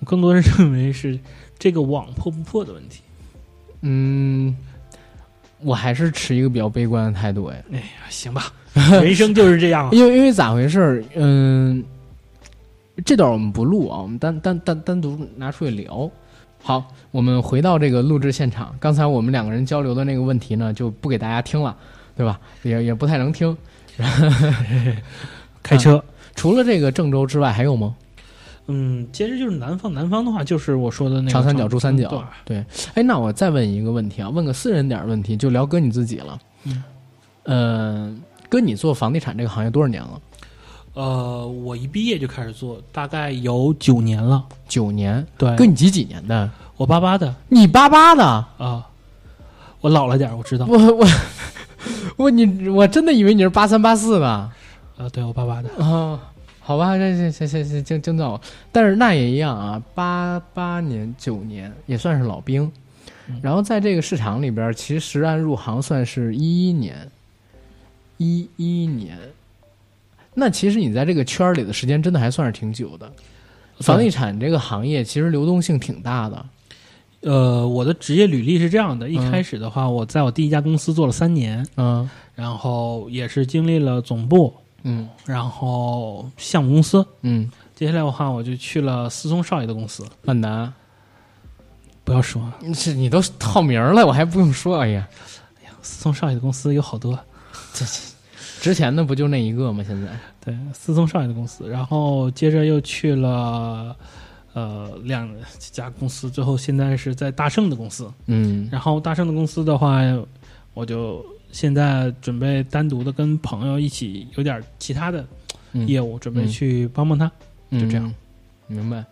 Speaker 4: 我更多是认为是这个网破不破的问题。
Speaker 3: 嗯，我还是持一个比较悲观的态度 (laughs) 哎，
Speaker 4: (laughs) 哎呀，行吧，人生就是这样啊。
Speaker 3: 因为因为咋回事儿？嗯，这段我们不录啊，我们单单单单独拿出去聊。好，我们回到这个录制现场。刚才我们两个人交流的那个问题呢，就不给大家听了，对吧？也也不太能听。
Speaker 4: 开车。
Speaker 3: 除了这个郑州之外，还有吗？
Speaker 4: 嗯，接着就是南方，南方的话就是我说的那个
Speaker 3: 长三角、珠三角
Speaker 4: 对，
Speaker 3: 对。哎，那我再问一个问题啊，问个私人点儿问题，就聊哥你自己了。
Speaker 4: 嗯，
Speaker 3: 呃，哥，你做房地产这个行业多少年了？
Speaker 4: 呃，我一毕业就开始做，大概有九年了。
Speaker 3: 九年。
Speaker 4: 对，
Speaker 3: 哥，你几几年的？
Speaker 4: 我八八的
Speaker 3: 你八八的？
Speaker 4: 啊、我老了点儿，我知道。
Speaker 3: 我我我你我真的以为你是八三八四呢。
Speaker 4: 呃，对我八八的，
Speaker 3: 啊，好吧，这这这这这惊惊到我，但是那也一样啊，八八年九年也算是老兵，然后在这个市场里边儿，其实按入行算是一一年，一一年，那其实你在这个圈儿里的时间真的还算是挺久的。房地产这个行业其实流动性挺大的，
Speaker 4: 呃，我的职业履历是这样的：一
Speaker 3: 嗯
Speaker 4: 开始的话，我在我第一家公司做了三年，
Speaker 3: 嗯
Speaker 4: 然后也是经历了总部，
Speaker 3: 嗯
Speaker 4: 然后项目公司。
Speaker 3: 嗯，
Speaker 4: 接下来的话，我就去了思聪少爷的公司。
Speaker 3: 万达，
Speaker 4: 不要说
Speaker 3: 嗯是你都套名儿了，我还不用说，哎呀，
Speaker 4: 思聪少爷的公司有好多，
Speaker 3: 之前的不就那一个吗？现在，
Speaker 4: 对，思聪少爷的公司。然后接着又去了呃两家公司，最后现在是在大圣的公司。
Speaker 3: 嗯
Speaker 4: 然后大圣的公司的话，我就现在准备单独的跟朋友一起有点其他的
Speaker 3: 嗯
Speaker 4: 业务，准备
Speaker 3: 嗯
Speaker 4: 去帮帮他。就这样
Speaker 3: 嗯明白。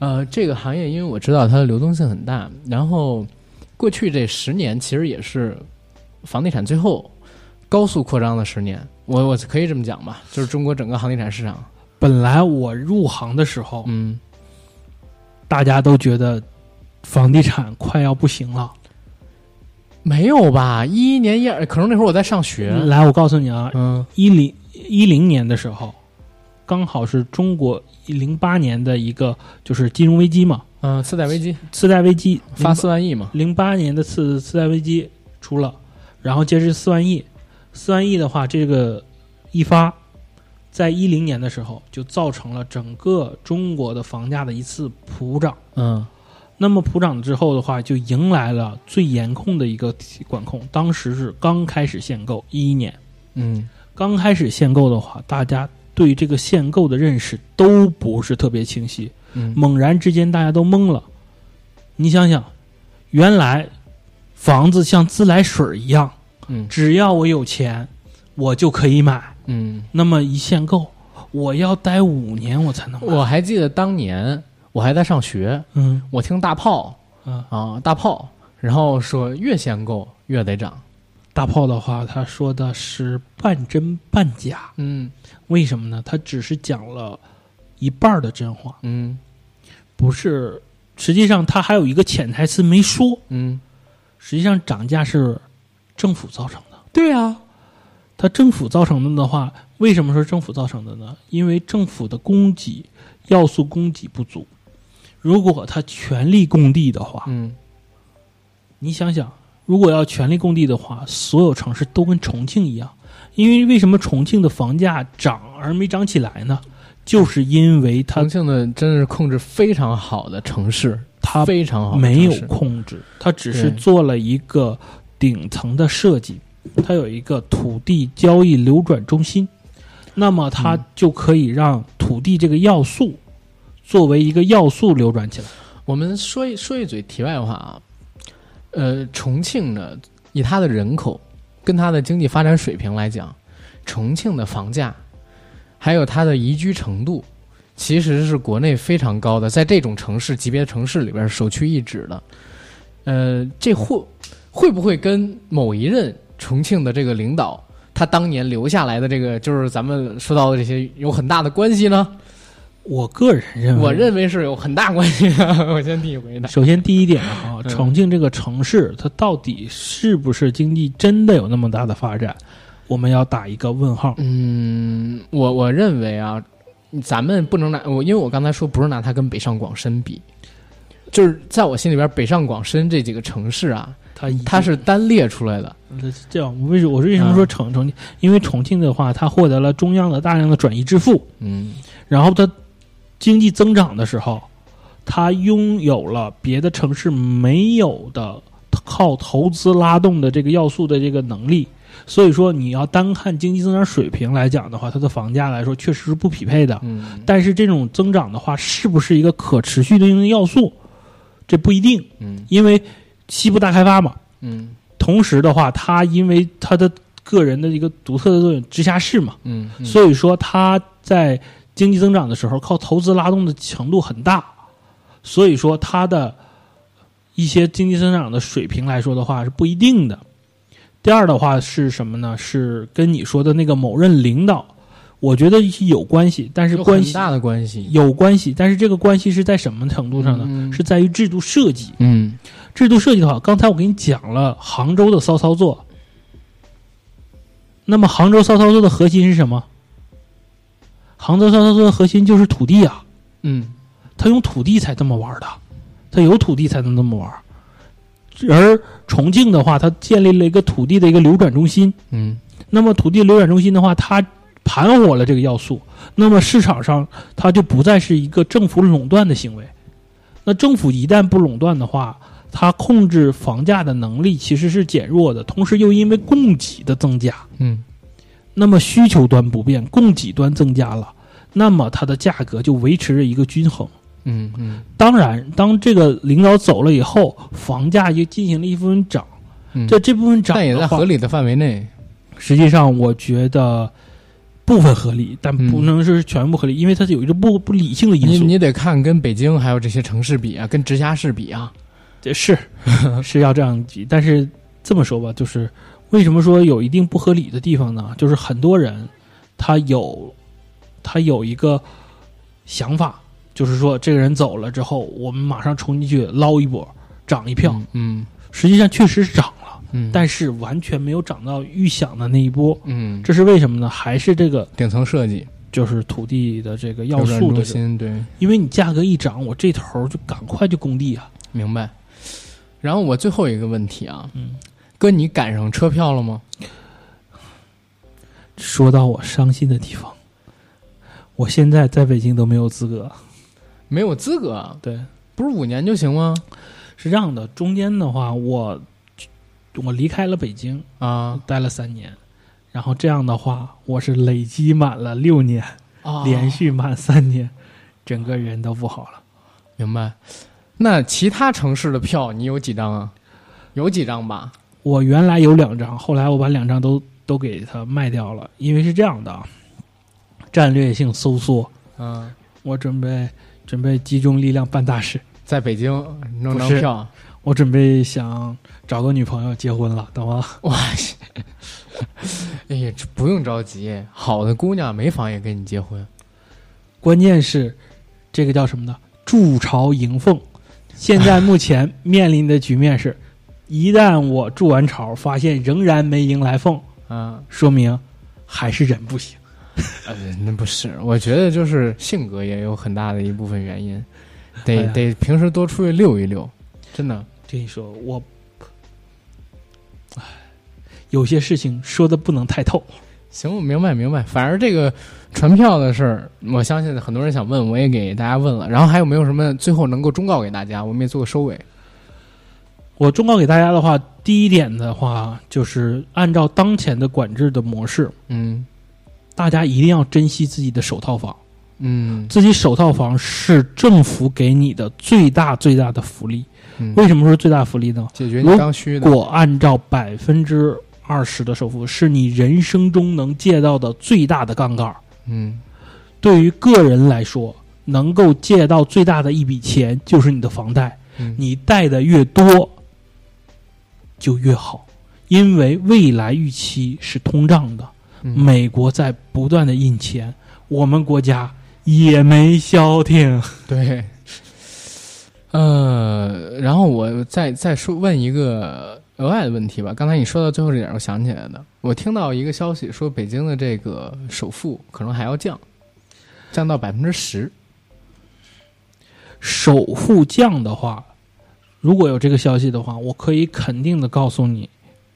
Speaker 3: 呃，这个行业因为我知道它的流动性很大，然后过去这十年其实也是房地产最后高速扩张的十年，我我可以这么讲吧，就是中国整个房地产市场，
Speaker 4: 本来我入行的时候，
Speaker 3: 嗯，
Speaker 4: 大家都觉得房地产快要不行了。
Speaker 3: 没有吧？一一年一二，可能那会儿我在上学，
Speaker 4: 来，我告诉你啊，
Speaker 3: 嗯
Speaker 4: 一零一零年的时候，刚好是中国零八年的一个就是金融危机嘛，
Speaker 3: 嗯，次贷危机
Speaker 4: 次贷危机
Speaker 3: 发四万亿嘛，
Speaker 4: 零八年的次次贷危机出了，然后接着四万亿，四万亿的话，这个一发，在一零年的时候就造成了整个中国的房价的一次普涨。
Speaker 3: 嗯
Speaker 4: 那么普涨之后的话，就迎来了最严控的一个管控。当时是刚开始限购，一一年
Speaker 3: 嗯
Speaker 4: 刚开始限购的话，大家对这个限购的认识都不是特别清晰，
Speaker 3: 嗯
Speaker 4: 猛然之间大家都懵了。你想想，原来房子像自来水儿一样，
Speaker 3: 嗯
Speaker 4: 只要我有钱，我就可以买。
Speaker 3: 嗯，
Speaker 4: 那么一限购，我要待五年我才能买。
Speaker 3: 我还记得当年我还在上学，
Speaker 4: 嗯
Speaker 3: 我听大炮
Speaker 4: 啊，
Speaker 3: 啊大炮，然后说越限购越得涨。
Speaker 4: 大炮的话，他说的是半真半假，
Speaker 3: 嗯
Speaker 4: 为什么呢？他只是讲了一半儿的真话，
Speaker 3: 嗯
Speaker 4: 不是。实际上，他还有一个潜台词没说。
Speaker 3: 嗯，
Speaker 4: 实际上，涨价是政府造成的。
Speaker 3: 对啊，
Speaker 4: 它政府造成的的话，为什么说政府造成的呢？因为政府的供给要素供给不足。如果它全力供地的话，
Speaker 3: 嗯
Speaker 4: 你想想，如果要全力供地的话，所有城市都跟重庆一样，因为为什么重庆的房价涨而没涨起来呢？就是因为它
Speaker 3: 重庆的真是控制非常好的城市，
Speaker 4: 它
Speaker 3: 非常好的
Speaker 4: 没有
Speaker 3: 城市
Speaker 4: 控制，它只是
Speaker 3: 哦对
Speaker 4: 做了一个顶层的设计，它有一个土地交易流转中心，那么它
Speaker 3: 嗯
Speaker 4: 就可以让土地这个要素作为一个要素流转起来。
Speaker 3: 我们说一说一嘴题外话啊，呃，重庆呢，以它的人口跟它的经济发展水平来讲，重庆的房价还有它的宜居程度，其实是国内非常高的，在这种城市级别的城市里边首屈一指的。呃，这会会不会跟某一任重庆的这个领导他当年留下来的这个，就是咱们说到的这些有很大的关系呢？
Speaker 4: 我个人认为，
Speaker 3: 我认为是有很大关系的。 (laughs) 我先替你回答。
Speaker 4: 首先第一点啊，
Speaker 3: 嗯
Speaker 4: 重庆这个城市它到底是不是经济真的有那么大的发展，我们要打一个问号。
Speaker 3: 嗯，我我认为啊，咱们不能拿我，因为我刚才说不是拿它跟北上广深比，就是在我心里边，北上广深这几个城市啊，
Speaker 4: 它一
Speaker 3: 它是单列出来的。
Speaker 4: 那是这样，为什我是为什么说重重庆？因为重庆的话，它获得了中央的大量的转移支付，
Speaker 3: 嗯
Speaker 4: 然后它经济增长的时候，它拥有了别的城市没有的靠投资拉动的这个要素的这个能力。所以说，你要单看经济增长水平来讲的话，它的房价来说确实是不匹配的。
Speaker 3: 嗯，
Speaker 4: 但是这种增长的话，是不是一个可持续的应用要素，这不一定。
Speaker 3: 嗯
Speaker 4: 因为西部大开发嘛，
Speaker 3: 嗯
Speaker 4: 同时的话，它因为它的个人的一个独特的作用，直辖市嘛，
Speaker 3: 嗯，以
Speaker 4: 所以说它在经济增长的时候，靠投资拉动的程度很大，所以说它的一些经济增长的水平来说的话是不一定的。第二的话是什么呢？是跟你说的那个某任领导，我觉得有关系，但是
Speaker 3: 有
Speaker 4: 关
Speaker 3: 很
Speaker 4: 系
Speaker 3: 大的关系。
Speaker 4: 有关系，但是这个关系是在什么程度上呢？
Speaker 3: 嗯
Speaker 4: 是在于制度设计。
Speaker 3: 嗯
Speaker 4: 制度设计的话，刚才我给你讲了杭州的骚操作。那么杭州骚操作的核心是什么？杭州骚操作的核心就是土地啊，
Speaker 3: 嗯
Speaker 4: 他用土地才这么玩的，他有土地才能这么玩。而重庆的话，它建立了一个土地的一个流转中心，
Speaker 3: 嗯
Speaker 4: 那么土地流转中心的话，它盘活了这个要素，那么市场上它就不再是一个政府垄断的行为。那政府一旦不垄断的话，它控制房价的能力其实是减弱的，同时又因为供给的增加，
Speaker 3: 嗯
Speaker 4: 那么需求端不变，供给端增加了，那么它的价格就维持着一个均衡。
Speaker 3: 嗯嗯
Speaker 4: 当然，当这个领导走了以后，房价又进行了一部分涨，
Speaker 3: 嗯，
Speaker 4: 这这部分涨
Speaker 3: 但也
Speaker 4: 的
Speaker 3: 在
Speaker 4: 话
Speaker 3: 合理的范围内。
Speaker 4: 实际上我觉得部分合理，但不能说是全部合理，因为它有一个不不理性的因
Speaker 3: 你
Speaker 4: 素。
Speaker 3: 你得看跟北京还有这些城市比啊，跟直辖市比啊。(laughs)
Speaker 4: 这是是要这样比，但是这么说吧，就是为什么说有一定不合理的地方呢？就是很多人他有他有一个想法，就是说这个人走了之后，我们马上冲进去捞一波，涨一票。
Speaker 3: 嗯
Speaker 4: 实际上确实涨了，
Speaker 3: 嗯，
Speaker 4: 但是完全没有涨到预想的那一波。
Speaker 3: 嗯，
Speaker 4: 这是为什么呢？还是这个
Speaker 3: 顶层设计
Speaker 4: 就是土地的这个要
Speaker 3: 流转
Speaker 4: 素的
Speaker 3: 中
Speaker 4: 这个
Speaker 3: 心对，
Speaker 4: 因为你价格一涨，我这头儿就赶快就工地啊。
Speaker 3: 明白。然后我最后一个问题啊，
Speaker 4: 嗯，
Speaker 3: 哥，你赶上车票了吗？
Speaker 4: 说到我伤心的地方，我现在在北京都没有资格。
Speaker 3: 没有资格，啊
Speaker 4: 对，
Speaker 3: 不是五年就行吗？
Speaker 4: 是这样的，中间的话，我我离开了北京，
Speaker 3: 啊
Speaker 4: 待了三年，然后这样的话，我是累积满了六年，
Speaker 3: 啊，
Speaker 4: 连续满三年，整个人都不好了。
Speaker 3: 明白。那其他城市的票你有几张啊？有几张吧？
Speaker 4: 我原来有两张，后来我把两张都都给它卖掉了，因为是这样的，啊，战略性收缩，
Speaker 3: 嗯，
Speaker 4: 我准备准备集中力量办大事。
Speaker 3: 在北京弄张
Speaker 4: 不是
Speaker 3: 票，
Speaker 4: 我准备想找个女朋友结婚了，懂吗？
Speaker 3: 哇塞！ (laughs) 哎呀，这不用着急，好的姑娘没法也跟你结婚。
Speaker 4: 关键是这个叫什么呢？筑巢迎凤。现在目前面临的局面是，一旦我筑完巢，发现仍然没迎来凤，
Speaker 3: 啊，
Speaker 4: 说明还是人不行。
Speaker 3: 呃，那不是，我觉得就是性格也有很大的一部分原因，得、
Speaker 4: 哎呀
Speaker 3: 得平时多出去溜一溜，真的。
Speaker 4: 这一说，我，唉，有些事情说的不能太透。
Speaker 3: 行，我明白明白。反正这个传票的事儿，我相信很多人想问，我也给大家问了。然后还有没有什么最后能够忠告给大家？我们也做个收尾。
Speaker 4: 我忠告给大家的话，第一点的话就是按照当前的管制的模式，
Speaker 3: 嗯
Speaker 4: 大家一定要珍惜自己的首套房。
Speaker 3: 嗯
Speaker 4: 自己首套房是政府给你的最大最大的福利。
Speaker 3: 嗯，
Speaker 4: 为什么说最大福利呢？
Speaker 3: 解决你刚需
Speaker 4: 如
Speaker 3: 的。
Speaker 4: 果按照百分之二十的首付，是你人生中能借到的最大的杠杆儿。
Speaker 3: 嗯
Speaker 4: 对于个人来说，能够借到最大的一笔钱就是你的房贷，
Speaker 3: 嗯，
Speaker 4: 你贷的越多就越好，因为未来预期是通胀的。
Speaker 3: 嗯
Speaker 4: 美国在不断的印钱，我们国家也没消停。
Speaker 3: (laughs) 对。呃，然后我再再说问一个额外的问题吧。刚才你说到最后这点，我想起来的，我听到一个消息说，北京的这个首付可能还要降，降到百分之十。
Speaker 4: 首付降的话，如果有这个消息的话，我可以肯定的告诉你，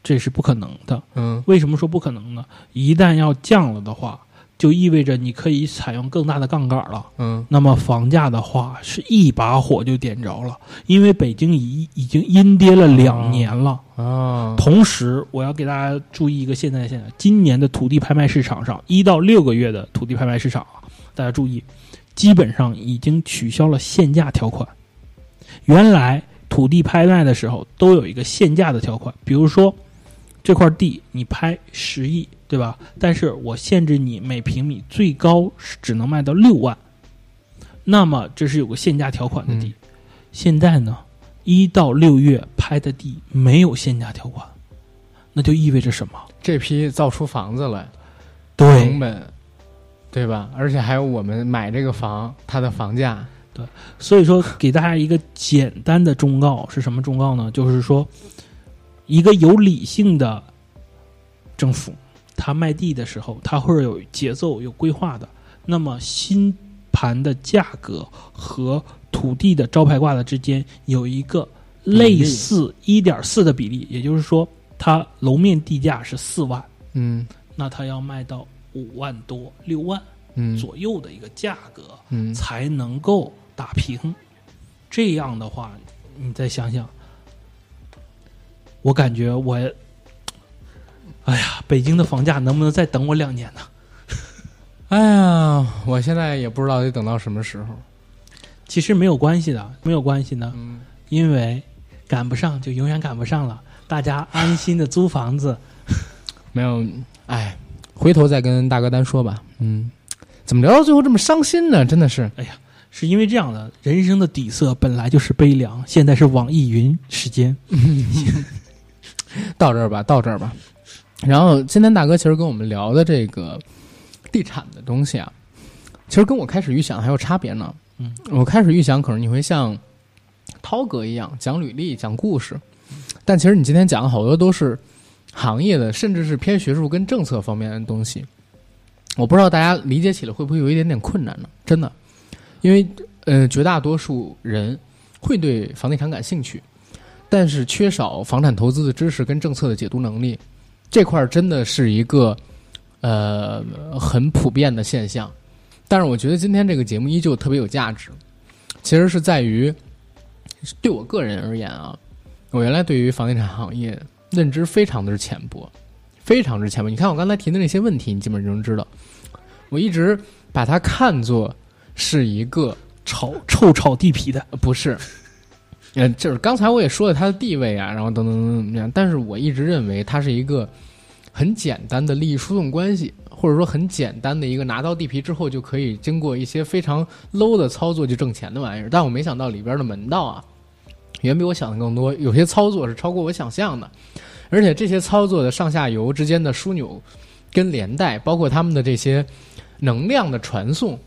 Speaker 4: 这是不可能的。
Speaker 3: 嗯
Speaker 4: 为什么说不可能呢？一旦要降了的话，就意味着你可以采用更大的杠杆了。
Speaker 3: 嗯
Speaker 4: 那么房价的话，是一把火就点着了，因为北京已已经阴跌了两年了。
Speaker 3: 啊，
Speaker 4: 同时，我要给大家注意一个现在的现象：今年的土地拍卖市场上，一到六个月的土地拍卖市场啊，大家注意，基本上已经取消了限价条款。原来土地拍卖的时候都有一个限价的条款，比如说这块地你拍十亿，对吧？但是我限制你每平米最高是只能卖到六万，那么这是有个限价条款的地。现在呢，一到六月拍的地没有限价条款，那就意味着什么？
Speaker 3: 这批造出房子来，成
Speaker 4: 对，
Speaker 3: 本，对吧？而且还有我们买这个房，它的房价，
Speaker 4: 所以说给大家一个简单的忠告是什么忠告呢？就是说，一个有理性的政府，它卖地的时候，它会有节奏、有规划的。那么新盘的价格和土地的招牌挂的之间有一个类似一点四的比例，也就是说，它楼面地价是四万。
Speaker 3: 嗯
Speaker 4: 那它要卖到五万多、六万
Speaker 3: 嗯
Speaker 4: 左右的一个价格，
Speaker 3: 嗯，
Speaker 4: 才能够打平。这样的话，你再想想，我感觉我，哎呀，北京的房价能不能再等我两年呢？
Speaker 3: 哎呀，我现在也不知道得等到什么时候。
Speaker 4: 其实没有关系的，没有关系的，
Speaker 3: 嗯，
Speaker 4: 因为赶不上就永远赶不上了。大家安心的租房子， (laughs)
Speaker 3: 没有，哎，回头再跟大哥单说吧。嗯，怎么聊到最后这么伤心呢？真的是，
Speaker 4: 是因为这样的人生的底色本来就是悲凉，现在是网易云时间，
Speaker 3: 到这儿吧，到这儿吧。然后今天大哥其实跟我们聊的这个地产的东西啊，其实跟我开始预想还有差别呢。
Speaker 4: 嗯，
Speaker 3: 我开始预想可能你会像涛哥一样讲履历、讲故事，但其实你今天讲的好多都是行业的，甚至是偏学术跟政策方面的东西。我不知道大家理解起来会不会有一点点困难呢？真的，因为呃，绝大多数人会对房地产感兴趣，但是缺少房产投资的知识跟政策的解读能力，这块儿真的是一个呃很普遍的现象。但是我觉得今天这个节目依旧特别有价值，其实是在于对我个人而言啊，我原来对于房地产行业认知非常的浅薄，非常之浅薄。你看我刚才提的那些问题，你基本就能知道，我一直把它看作是一个
Speaker 4: 炒臭炒地皮的。
Speaker 3: 呃不是，呃，就是刚才我也说了他的地位啊，然后等等等等怎么样，但是我一直认为它是一个很简单的利益输送关系，或者说很简单的一个拿到地皮之后就可以经过一些非常 low 的操作就挣钱的玩意儿，但我没想到里边的门道啊，远比我想的更多，有些操作是超过我想象的，而且这些操作的上下游之间的枢纽跟连带，包括他们的这些能量的传送，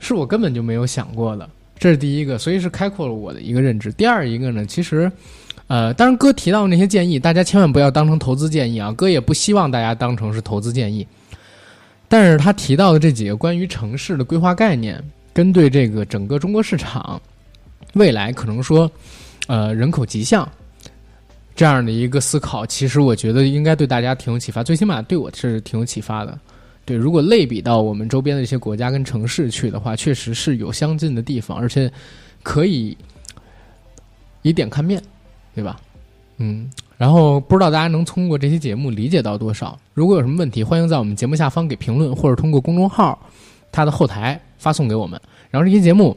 Speaker 3: 是我根本就没有想过的。这是第一个，所以是开阔了我的一个认知。第二一个呢，其实，呃，当然哥提到那些建议，大家千万不要当成投资建议啊，哥也不希望大家当成是投资建议。但是他提到的这几个关于城市的规划概念，跟对这个整个中国市场未来可能说，呃，人口极向这样的一个思考，其实我觉得应该对大家挺有启发，最起码对我是挺有启发的。对，如果类比到我们周边的一些国家跟城市去的话，确实是有相近的地方，而且可以以点看面，对吧？嗯，然后不知道大家能通过这期节目理解到多少？如果有什么问题，欢迎在我们节目下方给评论，或者通过公众号它的后台发送给我们。然后这期节目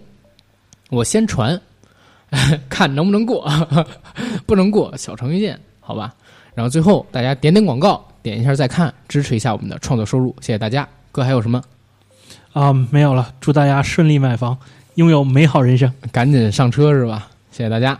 Speaker 3: 我先传， (laughs) 看能不能过， (laughs) 不能过小程序见，好吧？然后最后大家点点广告，点一下再看，支持一下我们的创作收入，谢谢大家。哥还有什么？
Speaker 4: 啊、没有了，祝大家顺利买房，拥有美好人生。
Speaker 3: 赶紧上车是吧？谢谢大家，